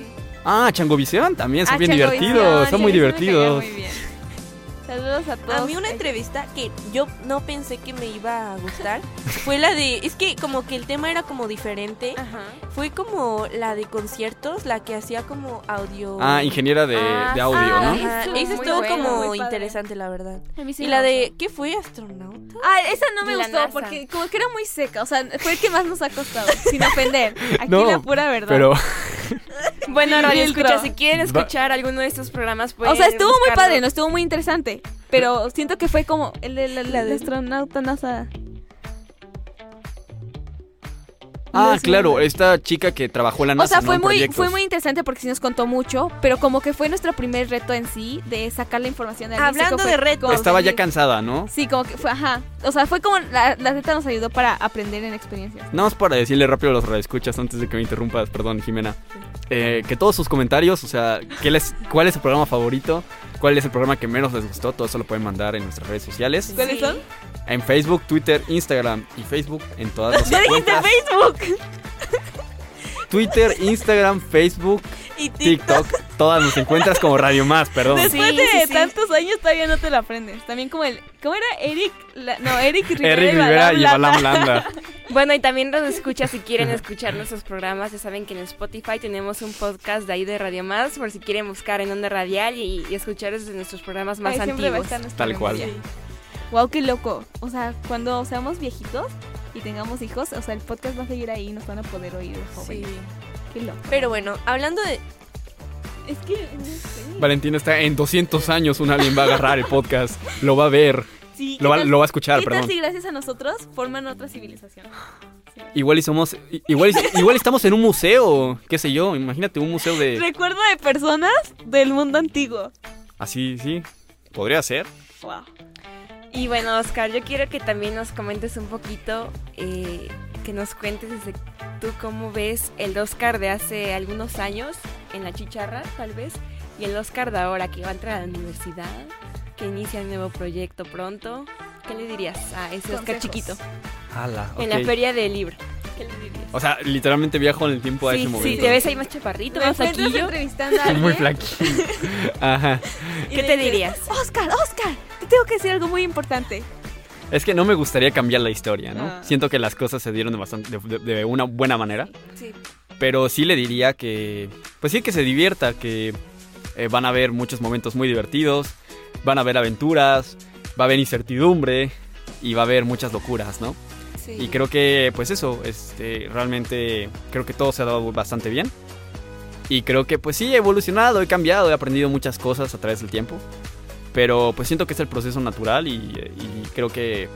Speaker 5: sí.
Speaker 4: Changovisión Ah, también, son
Speaker 6: Ah,
Speaker 4: bien
Speaker 6: Changovisión,
Speaker 4: divertidos, son muy
Speaker 6: sí, eso me caía
Speaker 4: divertidos.
Speaker 6: muy bien. Saludos a todos.
Speaker 7: A mí una entrevista que yo no pensé que me iba a gustar fue la de, es que como que el tema era como diferente,
Speaker 5: Ajá.
Speaker 7: fue como la de conciertos, la que hacía como audio.
Speaker 4: Ah, ingeniera de,
Speaker 5: Ah,
Speaker 4: de audio,
Speaker 6: ah,
Speaker 4: ¿no?
Speaker 6: sí.
Speaker 7: Ajá,
Speaker 6: Estuvo
Speaker 7: Esa
Speaker 5: muy
Speaker 7: estuvo
Speaker 5: bueno,
Speaker 7: como
Speaker 6: muy padre.
Speaker 7: interesante, la verdad.
Speaker 6: A mí sí
Speaker 7: y
Speaker 6: me
Speaker 7: la de,
Speaker 6: gustó.
Speaker 7: ¿qué fue? ¿Astronauta?
Speaker 6: Ah, esa no me
Speaker 5: De la
Speaker 6: gustó
Speaker 5: NASA.
Speaker 6: porque como que era muy seca, o sea, fue el que más nos ha costado, (laughs) sin ofender. Aquí
Speaker 4: No,
Speaker 6: la pura verdad. (laughs)
Speaker 4: Pero
Speaker 5: (laughs) Bueno, Radio
Speaker 6: Filtro.
Speaker 5: Escucha, si quieren
Speaker 4: Va-
Speaker 5: escuchar alguno de estos programas, pues.
Speaker 6: o sea, estuvo muy padre, no estuvo muy interesante, pero siento que fue como el de la, la de astronauta NASA.
Speaker 4: Ah,
Speaker 6: Sí.
Speaker 4: claro, esta chica que trabajó en la
Speaker 6: O
Speaker 4: NASA,
Speaker 6: sea,
Speaker 4: ¿no?
Speaker 6: fue
Speaker 4: En
Speaker 6: muy
Speaker 4: proyectos.
Speaker 6: fue muy interesante porque sí nos contó mucho, pero como que fue nuestro primer reto en sí de sacar la información de alguien.
Speaker 7: Hablando
Speaker 6: Sé que
Speaker 7: de
Speaker 6: fue
Speaker 7: retos.
Speaker 6: como-
Speaker 4: Estaba ya cansada, ¿no?
Speaker 6: Sí, como que fue, ajá. O sea, fue como la, la neta nos ayudó para aprender en experiencias.
Speaker 4: Nada más para decirle rápido a los radioescuchas antes de que me interrumpas, perdón, Jimena. eh, que todos sus comentarios, o sea, ¿qué les, ¿cuál es su programa favorito? ¿Cuál es el programa que menos les gustó? Todo eso lo pueden mandar en nuestras redes sociales.
Speaker 6: ¿Cuáles son?
Speaker 4: En Facebook, Twitter, Instagram y Facebook en
Speaker 6: (laughs)
Speaker 4: todas
Speaker 5: (laughs)
Speaker 4: las cuentas.
Speaker 7: Facebook
Speaker 4: Twitter, Instagram, Facebook,
Speaker 7: y TikTok.
Speaker 4: TikTok. Todas nos encuentras como Radio Más, perdón.
Speaker 6: Después
Speaker 5: Sí,
Speaker 6: de
Speaker 5: sí, sí.
Speaker 6: tantos años todavía no te lo aprendes. También como el... ¿Cómo era? Eric... la- no, Eric Rivera.
Speaker 4: Eric
Speaker 6: y Balam
Speaker 4: Rivera y
Speaker 6: Landa.
Speaker 4: Balam Landa.
Speaker 5: Bueno, y también Radio Escucha, si
Speaker 4: (laughs)
Speaker 5: quieren escuchar nuestros programas, ya saben que en Spotify tenemos un podcast de ahí de Radio Más, por si quieren buscar en Onda Radial y, y escuchar desde nuestros programas más
Speaker 6: Ahí siempre va a
Speaker 5: antiguos.
Speaker 6: estar nuestra
Speaker 4: Tal cual.
Speaker 6: memoria. Wow, qué loco. O sea, cuando seamos viejitos y tengamos hijos, o sea, el podcast va a seguir ahí y nos van a poder oír los jóvenes.
Speaker 7: Sí.
Speaker 6: Qué loco.
Speaker 7: Pero bueno, hablando de.
Speaker 6: Es que no sé.
Speaker 4: Valentina está en 200 años, un alguien va a agarrar el podcast, lo va a ver,
Speaker 6: Sí, ¿qué
Speaker 4: lo va,
Speaker 6: tal-
Speaker 4: lo va a escuchar,
Speaker 6: ¿Qué
Speaker 4: perdón.
Speaker 6: tal si gracias a nosotros forman otra civilización?
Speaker 4: Igual y somos, i- igual, y- igual estamos en un museo, qué sé yo, imagínate un museo de...
Speaker 6: Recuerdo de personas del mundo antiguo.
Speaker 4: Así, sí, podría ser.
Speaker 6: Wow.
Speaker 5: Y bueno, Oscar, yo quiero que también nos comentes un poquito, eh, que nos cuentes desde tú cómo ves el Oscar de hace algunos años en la chicharra, tal vez, y el Oscar de ahora que va a entrar a la universidad, que inicia un nuevo proyecto pronto. ¿Qué le dirías a ese Oscar
Speaker 6: Consejos.
Speaker 5: chiquito?
Speaker 4: Ala,
Speaker 5: en la
Speaker 4: ok.
Speaker 5: feria del libro. ¿Qué les dirías?
Speaker 4: O sea, literalmente viajo en el tiempo a
Speaker 5: Sí,
Speaker 4: ese
Speaker 5: sí,
Speaker 4: momento.
Speaker 5: te ves ahí más chaparrito,
Speaker 6: Me
Speaker 5: más
Speaker 6: encuentras
Speaker 5: flaquillo.
Speaker 6: entrevistando a
Speaker 4: Muy
Speaker 6: alguien.
Speaker 4: flaquillo. Ajá.
Speaker 5: ¿Qué te dirías?
Speaker 6: Oscar, Oscar, te tengo que decir algo muy importante.
Speaker 4: Es que no me gustaría cambiar la historia, ¿no?
Speaker 6: Ah.
Speaker 4: Siento que las cosas se dieron de, bastante, de, de- de una buena manera.
Speaker 7: Sí.
Speaker 4: Pero sí le diría que, pues sí, que se divierta, que eh, van a haber muchos momentos muy divertidos, van a haber aventuras, va a haber incertidumbre y va a haber muchas locuras, ¿no?
Speaker 7: Sí.
Speaker 4: Y creo que, pues eso, este, realmente creo que todo se ha dado bastante bien. Y creo que, pues sí, he evolucionado, he cambiado, he aprendido muchas cosas a través del tiempo. Pero pues siento que es el proceso natural y, eh, y creo que,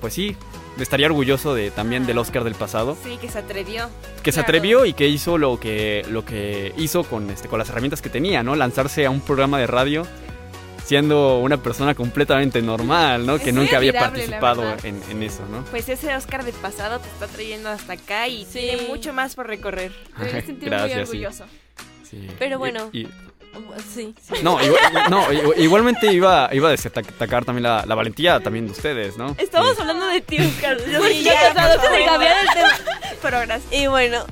Speaker 4: pues sí, estaría orgulloso de, también del Oscar del pasado,
Speaker 5: Sí, que se atrevió.
Speaker 4: que se
Speaker 5: Claro.
Speaker 4: atrevió y que hizo lo que, lo que hizo con, este, con las herramientas que tenía, ¿no? Lanzarse a un programa de radio siendo una persona completamente normal, ¿no?
Speaker 6: Es
Speaker 4: Que
Speaker 6: muy
Speaker 4: nunca había
Speaker 6: admirable, la
Speaker 4: participado
Speaker 6: verdad.
Speaker 4: en, en eso, ¿no?
Speaker 5: Pues ese Oscar del pasado te está trayendo hasta acá y
Speaker 7: Sí.
Speaker 5: tiene mucho más por recorrer.
Speaker 6: Deberías sentir muy
Speaker 4: Gracias, sí.
Speaker 6: orgulloso.
Speaker 4: Sí.
Speaker 7: Pero
Speaker 4: Y-
Speaker 7: bueno.
Speaker 4: y-
Speaker 7: uh, Sí.
Speaker 4: no, igual- (laughs) no, i- igualmente iba, iba a dese- atacar también la, la valentía también de ustedes, ¿no?
Speaker 5: Estamos
Speaker 4: Sí.
Speaker 5: hablando de
Speaker 4: (laughs)
Speaker 5: ti, Oscar. Yo
Speaker 7: Sí, (laughs)
Speaker 5: sé
Speaker 7: ya,
Speaker 5: que
Speaker 7: por favor.
Speaker 5: Progras.
Speaker 7: Y bueno,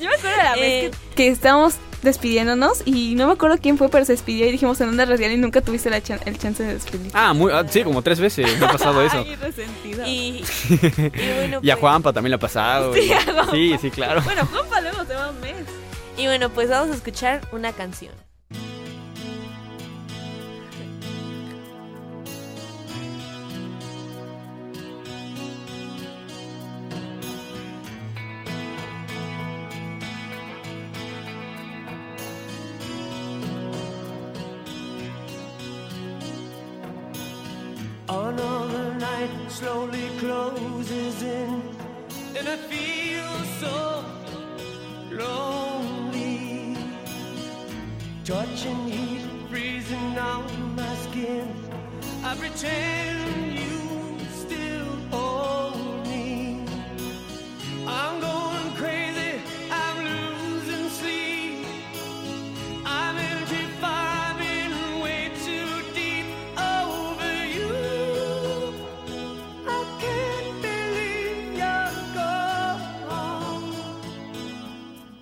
Speaker 6: Yo me acuerdo de la
Speaker 7: eh,
Speaker 6: vez que, que estábamos despidiéndonos y no me acuerdo quién fue, pero se despidió y dijimos en onda radial y nunca tuviste la chan- el chance de despedir.
Speaker 4: Ah, muy, ah, sí, como tres veces me ha pasado eso.
Speaker 6: (laughs) Ay, resentido.
Speaker 7: Eh,
Speaker 4: (laughs)
Speaker 7: y, y bueno,
Speaker 4: Y a
Speaker 7: pues-
Speaker 4: Juanpa también le ha pasado. y- Sí, sí, claro.
Speaker 6: Bueno, Juanpa, luego te va un mes.
Speaker 7: Y bueno, pues vamos a escuchar una canción.
Speaker 11: Another night slowly closes in, and I feel so lonely. Touching heat, freezing down my skin. I pretend you still hold me. I'm going crazy, I'm losing sleep. I'm empty, I'm in way too deep over you. I can't believe you're gone.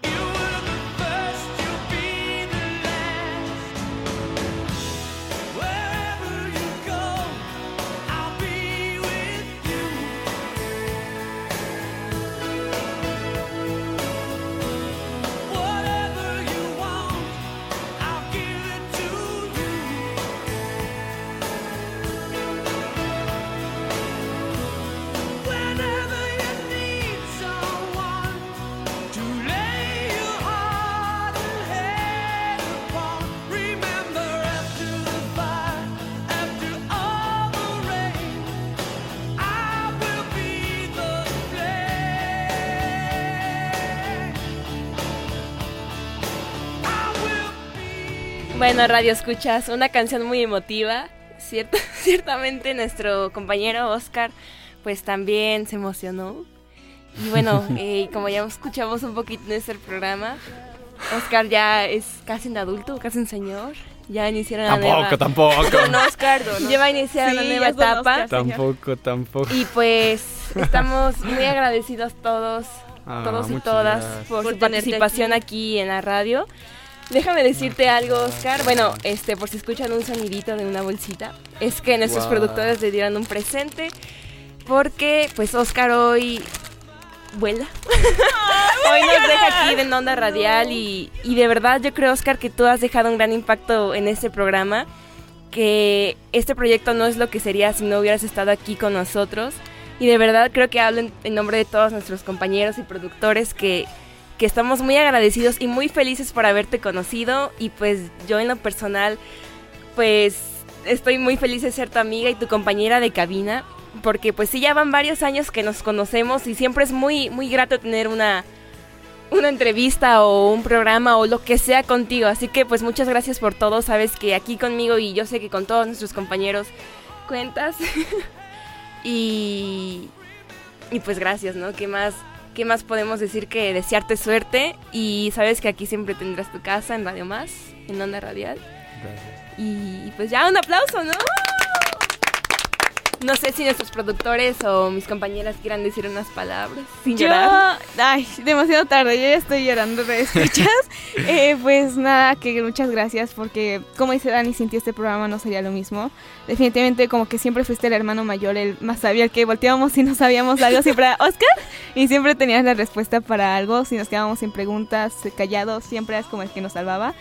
Speaker 11: You were the first, you'll be the last. Wherever you go, I'll be with you. Whatever you want, I'll give it to you. Whenever you need someone to lay your heart and head upon, remember after the fire, after all the rain, I will be the flame. I will
Speaker 5: Bueno, Radio Escuchas, una canción muy emotiva. Cierta- (laughs) ciertamente nuestro compañero Oscar, pues también se emocionó. Y bueno, eh, como ya escuchamos un poquito en este programa, Oscar ya es casi un adulto, casi un señor. Ya iniciaron la
Speaker 4: Tampoco,
Speaker 5: nueva... (laughs)
Speaker 4: tampoco.
Speaker 7: Con Oscar, don
Speaker 5: Ya va a iniciar
Speaker 6: Sí,
Speaker 5: una
Speaker 6: ya
Speaker 5: nueva
Speaker 6: es don
Speaker 5: etapa.
Speaker 6: Oscar.
Speaker 4: Tampoco, tampoco.
Speaker 5: Y pues estamos muy agradecidos todos
Speaker 4: (laughs) Ah,
Speaker 5: todos y
Speaker 4: muchas
Speaker 5: todas
Speaker 4: gracias.
Speaker 5: por,
Speaker 7: Por
Speaker 5: su
Speaker 7: tenerte
Speaker 5: participación aquí. en la radio. Déjame decirte algo, Oscar. Bueno, este, por si escuchan un sonidito de una bolsita, es que nuestros
Speaker 4: Guau.
Speaker 5: productores le dieron un presente porque, pues, Oscar hoy vuela. (laughs) hoy nos deja aquí en onda radial y, y de verdad yo creo, Oscar, que tú has dejado un gran impacto en este programa. Que este proyecto no es lo que sería si no hubieras estado aquí con nosotros. Y de verdad creo que hablo en, en nombre de todos nuestros compañeros y productores que, que estamos muy agradecidos y muy felices por haberte conocido. Y pues yo en lo personal, pues estoy muy feliz de ser tu amiga y tu compañera de cabina. Porque pues sí, ya van varios años que nos conocemos y siempre es muy, muy grato tener una, una entrevista o un programa o lo que sea contigo. Así que pues muchas gracias por todo. Sabes que aquí conmigo y yo sé que con todos nuestros compañeros cuentas. (laughs) y, y pues gracias, ¿no? ¿Qué más, ¿Qué más podemos decir que desearte suerte? Y sabes que aquí siempre tendrás tu casa en Radio Más, en Onda Radial. Y pues ya un aplauso, ¿no? No sé si nuestros productores o mis compañeras quieran decir unas palabras sin
Speaker 6: Yo,
Speaker 5: llorar.
Speaker 6: ay, demasiado tarde, yo ya estoy llorando
Speaker 5: (laughs)
Speaker 6: de escuchas. Eh, pues nada, que muchas gracias porque, como dice Dani, sin ti este programa no sería lo mismo. Definitivamente, como que siempre fuiste el hermano mayor, el más sabio, el que volteábamos y no sabíamos algo siempre era Oscar. Y siempre tenías la respuesta para algo, si nos quedábamos sin preguntas, callados, siempre eras como el que nos salvaba.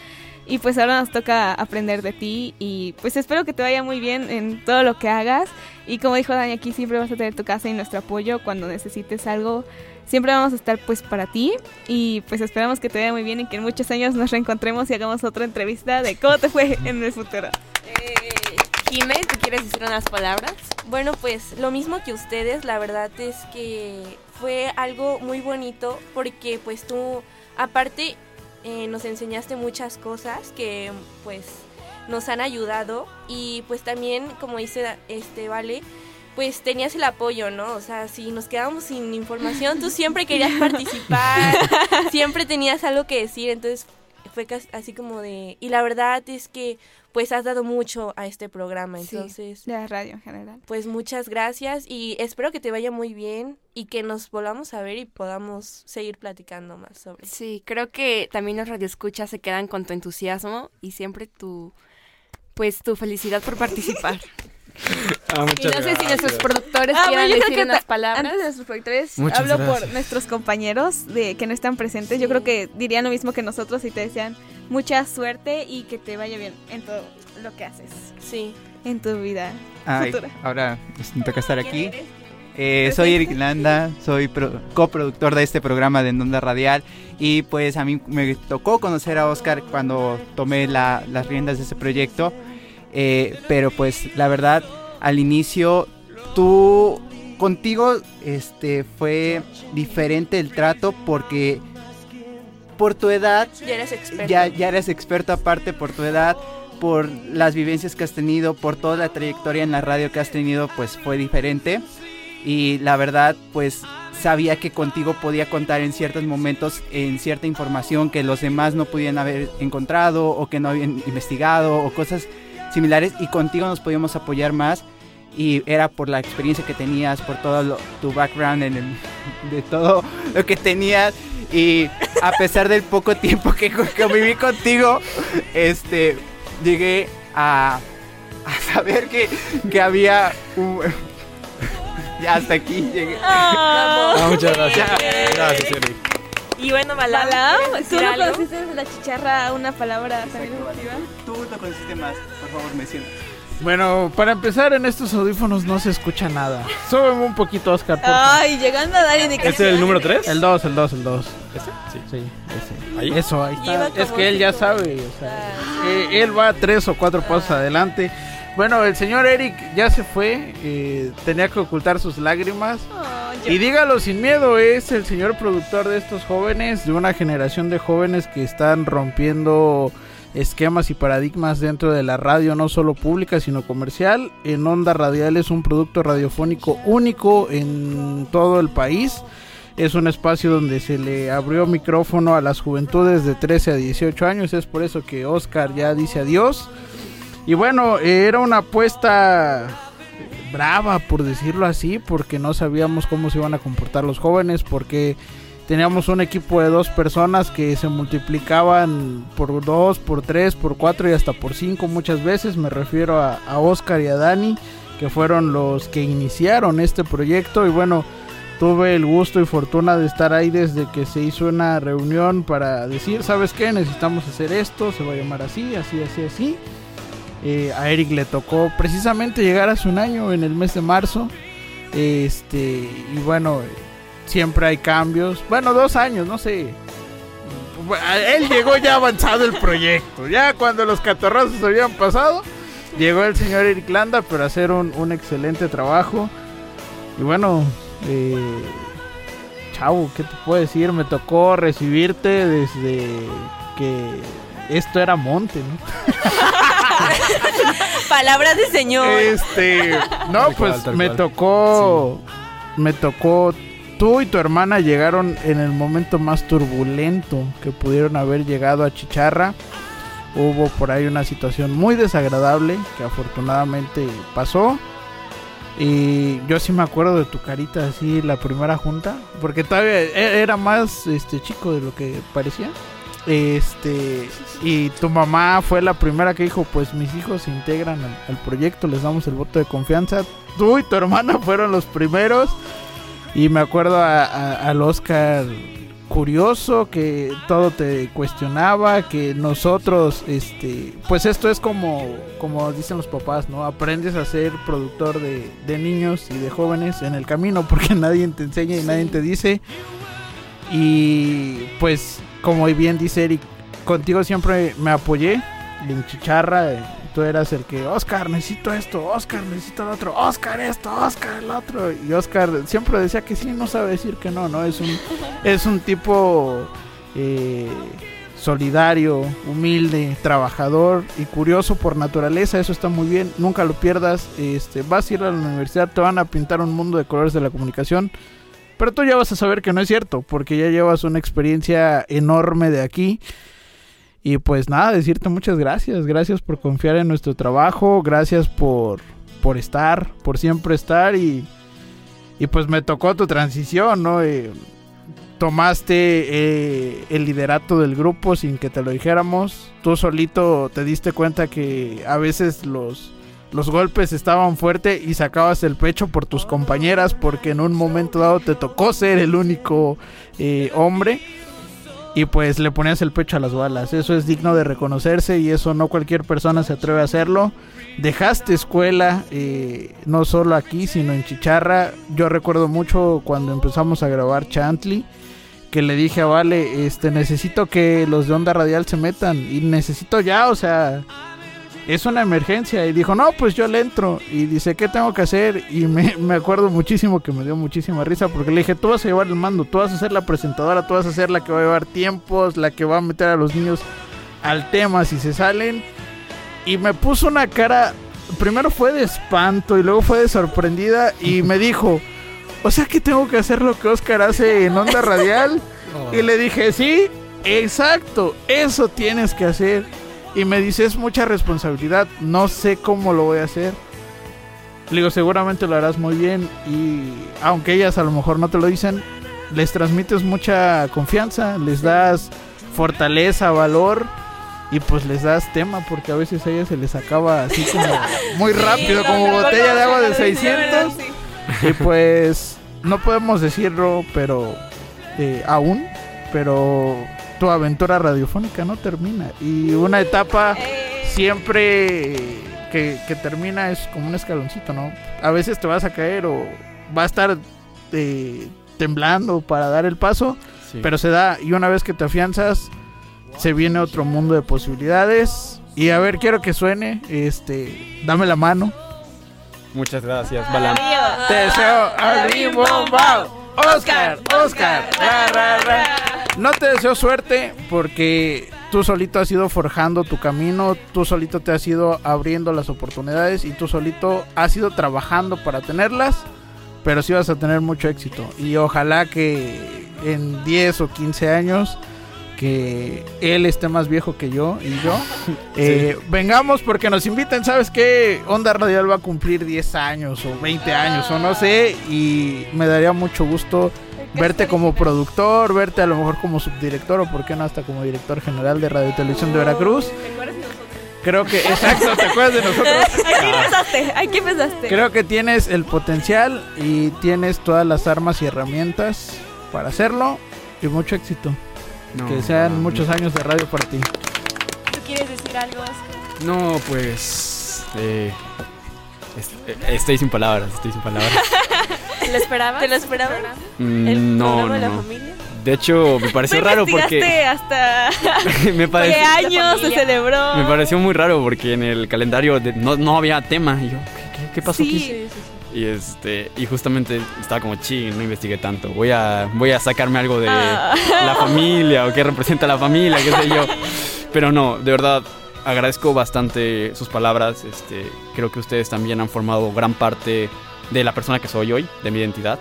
Speaker 6: Y pues ahora nos toca aprender de ti y pues espero que te vaya muy bien en todo lo que hagas. Y como dijo Dani, aquí siempre vas a tener tu casa y nuestro apoyo cuando necesites algo. Siempre vamos a estar pues para ti y pues esperamos que te vaya muy bien y que en muchos años nos reencontremos y hagamos otra entrevista de cómo te fue en el futuro.
Speaker 5: Eh,
Speaker 7: Jiménez, ¿tú quieres decir unas palabras? Bueno, pues lo mismo que ustedes, la verdad es que fue algo muy bonito porque pues tú, aparte, eh, nos enseñaste muchas cosas que pues nos han ayudado y pues también, como dice este Vale, pues tenías el apoyo, ¿no? O sea, si nos quedábamos sin información, tú siempre querías participar, siempre tenías algo que decir, entonces fue cas- así como de... Y la verdad es que pues has dado mucho a este programa,
Speaker 6: Sí,
Speaker 7: entonces...
Speaker 6: de la radio en general.
Speaker 7: Pues muchas gracias y espero que te vaya muy bien y que nos volvamos a ver y podamos seguir platicando más sobre.
Speaker 5: Sí, creo que también los radioescuchas se quedan con tu entusiasmo y siempre tu pues tu felicidad por participar.
Speaker 4: Ah,
Speaker 5: y (laughs) no sé si nuestros productores
Speaker 6: Ah,
Speaker 5: quieran
Speaker 6: bueno, yo creo
Speaker 5: decir
Speaker 6: que
Speaker 5: unas
Speaker 6: ta-
Speaker 5: palabras.
Speaker 6: Antes de nuestros productores,
Speaker 5: Muchas
Speaker 6: hablo por
Speaker 5: gracias.
Speaker 6: nuestros compañeros de que no están presentes. Yo creo que dirían lo mismo que nosotros y te desean mucha suerte y que te vaya bien en todo lo que haces.
Speaker 7: Sí.
Speaker 6: En tu vida
Speaker 12: Ay,
Speaker 6: futura.
Speaker 12: ahora pues, me toca estar aquí. Eh, soy Eric Landa, soy pro- coproductor de este programa de En Onda Radial y pues a mí me tocó conocer a Oscar cuando tomé la- las riendas de ese proyecto, Eh, pero pues la verdad al inicio tú contigo este fue diferente el trato porque por tu edad
Speaker 7: Ya eres experto.
Speaker 12: ya, ya eres experto aparte por tu edad, por las vivencias que has tenido, por toda la trayectoria en la radio que has tenido, pues fue diferente. Y la verdad, pues sabía que contigo podía contar en ciertos momentos, en cierta información que los demás no podían haber encontrado o que no habían investigado o cosas similares. Y contigo nos podíamos apoyar más. Y era por la experiencia que tenías, por todo lo- tu background en el- de todo lo que tenías. Y a pesar del poco tiempo que co- conviví contigo, este, llegué a, a saber que, que había un... (laughs) Ya hasta aquí llegué.
Speaker 7: Ah,
Speaker 9: muchas gracias.
Speaker 12: Ya.
Speaker 9: Gracias, Eric.
Speaker 7: Y bueno, Balam,
Speaker 6: Balam,
Speaker 7: ¿quieres
Speaker 6: tú
Speaker 7: decir
Speaker 6: no
Speaker 7: algo?
Speaker 6: conociste desde la chicharra una palabra también emotiva.
Speaker 12: Tú lo conociste más, por favor, me siento.
Speaker 13: Bueno, para empezar, en estos audífonos no se escucha nada. Súbeme un poquito, Oscar. por favor.
Speaker 6: Ay, llegando a dar indicaciones.
Speaker 13: número 3? El 2, el 2, el 2. ¿Este? Sí. ese. Eso, ahí
Speaker 6: Lleva
Speaker 13: está.
Speaker 6: como
Speaker 13: Es que él ya sabe. o sea, eh, él va tres o cuatro pasos adelante. Bueno, el señor Eric ya se fue. eh, tenía que ocultar sus lágrimas. Y dígalo sin miedo, es el señor productor de estos jóvenes, de una generación de jóvenes que están rompiendo esquemas y paradigmas dentro de la radio, no solo pública, sino comercial. En Onda Radial es un producto radiofónico único en todo el país. Es un espacio donde se le abrió micrófono a las juventudes de 13 a 18 años. Es por eso que Oscar ya dice adiós. Y bueno, eh, era una apuesta eh, brava, por decirlo así, porque no sabíamos cómo se iban a comportar los jóvenes, porque teníamos un equipo de dos personas que se multiplicaban por dos, por tres, por cuatro y hasta por cinco muchas veces. Me refiero a, a Oscar y a Dani, que fueron los que iniciaron este proyecto. Y bueno, tuve el gusto y fortuna de estar ahí desde que se hizo una reunión para decir, ¿sabes qué? Necesitamos hacer esto, se va a llamar así, así, así, así. Eh, a Eric le tocó precisamente llegar a su un año en el mes de marzo. Este, y bueno, eh, siempre hay cambios. Bueno, dos años, no sé. Él llegó ya avanzado el proyecto. Ya cuando los catorrazos habían pasado, llegó el señor Eric Landa para hacer un, un excelente trabajo. Y bueno, eh, chavo, ¿qué te puedo decir? Me tocó recibirte desde que esto era monte, ¿no?
Speaker 7: Palabras de señor.
Speaker 13: Este, no,
Speaker 7: Tal
Speaker 13: pues
Speaker 7: cual,
Speaker 13: me
Speaker 7: tal cual.
Speaker 13: tocó, me tocó. Tú y tu hermana llegaron en el momento más turbulento que pudieron haber llegado a Chicharra. Hubo por ahí una situación muy desagradable que afortunadamente pasó. Y yo sí me acuerdo de tu carita así la primera junta, porque todavía e- era más este chico de lo que parecía. Este, y tu mamá fue la primera que dijo, pues mis hijos se integran al, al proyecto, les damos el voto de confianza. Tú y tu hermana (laughs) fueron los primeros. Y me acuerdo a- a- al Oscar curioso que todo te cuestionaba, que nosotros, este, pues esto es como, como dicen los papás, ¿no? Aprendes a ser productor de, de niños y de jóvenes en el camino (laughs) porque nadie te enseña y nadie te dice. Y pues, como bien dice Eric, contigo siempre me apoyé en Chicharra. eh, Tú eras el que, Oscar, necesito esto, Oscar, necesito lo otro, Oscar, esto, Oscar, lo otro. Y Oscar siempre decía que sí, no sabe decir que no, ¿no? Es un, es un tipo eh, solidario, humilde, trabajador y curioso por naturaleza. Eso está muy bien, nunca lo pierdas. Este, vas a ir a la universidad, te van a pintar un mundo de colores de la comunicación. Pero tú ya vas a saber que no es cierto, porque ya llevas una experiencia enorme de aquí. Y pues nada, decirte muchas gracias. Gracias por confiar en nuestro trabajo. Gracias por, por estar, por siempre estar. Y, y pues me tocó tu transición, ¿no? Eh, tomaste eh, el liderato del grupo sin que te lo dijéramos. Tú solito te diste cuenta que a veces los, los golpes estaban fuertes y sacabas el pecho por tus compañeras porque en un momento dado te tocó ser el único eh, hombre y pues le ponías el pecho a las balas. Eso es digno de reconocerse y eso no cualquier persona se atreve a hacerlo. Dejaste escuela, eh, no solo aquí, sino en Chicharra. Yo recuerdo mucho cuando empezamos a grabar Chantley, que le dije a Vale, este, necesito que los de Onda Radial se metan y necesito ya, o sea, es una emergencia. Y dijo, no, pues yo le entro. Y dice, ¿qué tengo que hacer? Y me, me acuerdo muchísimo que me dio muchísima risa porque le dije, tú vas a llevar el mando, tú vas a ser la presentadora, tú vas a ser la que va a llevar tiempos, la que va a meter a los niños al tema si se salen. Y me puso una cara, primero fue de espanto y luego fue de sorprendida y me dijo, o sea que tengo que hacer lo que Oscar hace en onda
Speaker 11: (laughs)
Speaker 13: radial. Y le dije, sí, exacto, eso tienes que hacer. Y me dice, es mucha responsabilidad, no sé cómo lo voy a hacer. Le digo, seguramente lo harás muy bien y aunque ellas a lo mejor no te lo dicen, les transmites mucha confianza, les das fortaleza, valor y pues les das tema porque a veces a ellas se les acaba así
Speaker 11: (laughs)
Speaker 13: como muy
Speaker 11: Sí,
Speaker 13: rápido,
Speaker 11: no,
Speaker 13: como
Speaker 11: no,
Speaker 13: botella
Speaker 11: no,
Speaker 13: de agua
Speaker 11: no,
Speaker 13: de
Speaker 11: no,
Speaker 13: 600.
Speaker 11: sí.
Speaker 13: Y pues no podemos decirlo, pero eh, aún, pero tu aventura radiofónica no termina. Y una etapa
Speaker 11: Eh,
Speaker 13: siempre que, que termina es como un escaloncito, ¿no? A veces te vas a caer o va a estar eh, temblando para dar el paso,
Speaker 4: Sí.
Speaker 13: pero se da. Y una vez que te afianzas, se viene otro mundo de posibilidades. Y a ver, quiero que suene, este, dame la mano.
Speaker 4: Muchas
Speaker 5: Ah,
Speaker 4: gracias, Balam.
Speaker 13: Te deseo a Bombao. Oscar, Oscar, ra, ra, ra. No te deseo suerte porque tú solito has ido forjando tu camino, tú solito te has ido abriendo las oportunidades y tú solito has ido trabajando para tenerlas, pero sí vas a tener mucho éxito. Y ojalá que en 10 o 15 años que él esté más viejo que yo y yo. eh, Vengamos porque nos inviten, ¿sabes qué? Onda Radial va a cumplir 10 años o 20 años o no sé. Y me daría mucho gusto verte como productor, verte a lo mejor como subdirector o por qué no hasta como director general de Radio y Televisión de Veracruz. Creo que, exacto, ¿te acuerdas de nosotros?
Speaker 6: (laughs) Aquí empezaste, aquí empezaste.
Speaker 13: Creo que tienes el potencial y tienes todas las armas y herramientas para hacerlo y mucho éxito.
Speaker 4: No,
Speaker 13: que sean
Speaker 4: no,
Speaker 13: muchos
Speaker 4: no.
Speaker 13: años de radio para ti.
Speaker 14: ¿Tú quieres decir algo, Oscar?
Speaker 4: No, pues. eh, es- eh, estoy sin palabras, estoy sin palabras.
Speaker 7: ¿Te (laughs) lo esperabas? ¿Te lo esperabas?
Speaker 4: Mm,
Speaker 7: ¿El
Speaker 4: no,
Speaker 7: programa de la
Speaker 4: no.
Speaker 7: familia?
Speaker 4: De hecho, me pareció raro porque.
Speaker 5: hasta
Speaker 4: (laughs)
Speaker 7: (laughs)
Speaker 4: me
Speaker 5: qué
Speaker 4: pareció.
Speaker 5: años se celebró.
Speaker 4: Me pareció muy raro porque en el calendario de- no, no había tema. Y yo, ¿qué, qué- qué pasó aquí? Y este, y justamente estaba como ching, no investigué tanto. Voy a, voy a sacarme algo de
Speaker 5: Ah.
Speaker 4: la familia o qué representa la familia, qué sé yo. Pero no, de verdad, agradezco bastante sus palabras. Este, creo que ustedes también han formado gran parte de la persona que soy hoy, de mi identidad.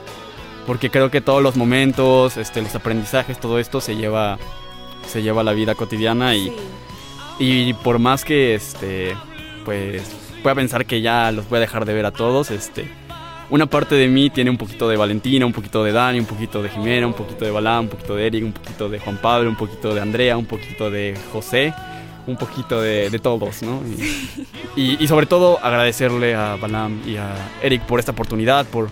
Speaker 4: Porque creo que todos los momentos, este, los aprendizajes, todo esto se lleva, se lleva a la vida cotidiana y, y por más que este, pues pueda pensar que ya los voy a dejar de ver a todos, este, una parte de mí tiene un poquito de Valentina, un poquito de Dani, un poquito de Jimena, un poquito de Balán, un poquito de Eric, un poquito de Juan Pablo, un poquito de Andrea, un poquito de José, un poquito de, de todos, ¿no? Y, y- y sobre todo agradecerle a Balán y a Eric por esta oportunidad, por,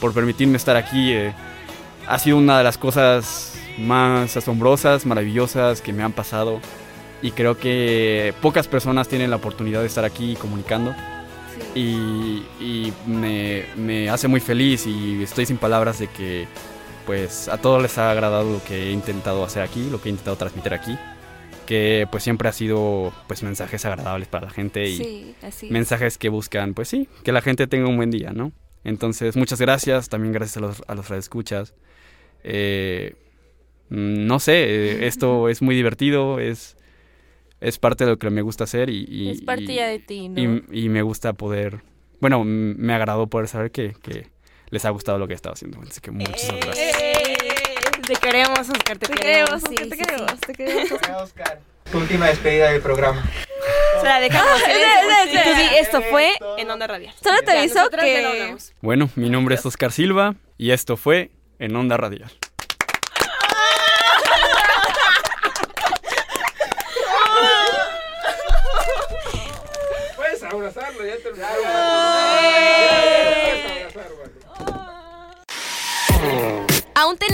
Speaker 4: por permitirme estar aquí. eh. ha sido una de las cosas más asombrosas, maravillosas que me han pasado. Y creo que pocas personas tienen la oportunidad de estar aquí comunicando. Y, y me, me hace muy feliz y estoy sin palabras de que pues a todos les ha agradado lo que he intentado hacer aquí, lo que he intentado transmitir aquí. Que pues siempre ha sido pues mensajes agradables para la gente y
Speaker 7: Sí, así es.
Speaker 4: mensajes que buscan pues sí, que la gente tenga un buen día, ¿no? Entonces muchas gracias, también gracias a los, a los radioescuchas. Eh, mm, no sé, eh, esto es muy divertido, es, es parte de lo que me gusta hacer y... y-
Speaker 7: Es parte
Speaker 4: y-
Speaker 7: ya de ti, ¿no?
Speaker 4: Y, y me gusta poder... Bueno, m- me agradó poder saber que, que les ha gustado lo que he estado haciendo. Así que muchas gracias.
Speaker 5: Te queremos, Oscar, te,
Speaker 6: Te
Speaker 5: queremos.
Speaker 6: queremos, Oscar, te queremos, te queremos. Oscar.
Speaker 15: Tu última despedida del programa.
Speaker 5: Se la (laughs) dejamos.
Speaker 6: Sí,
Speaker 5: silencio.
Speaker 6: sí, sí.
Speaker 5: Y tú di, esto fue en Onda Radial.
Speaker 6: Solo te
Speaker 5: Ya,
Speaker 6: aviso
Speaker 5: nosotras
Speaker 6: que-
Speaker 5: ya no hablamos.
Speaker 4: Bueno, mi nombre es Oscar Silva y esto fue En Onda Radial.
Speaker 13: Puedes abrazarlo, ya te lo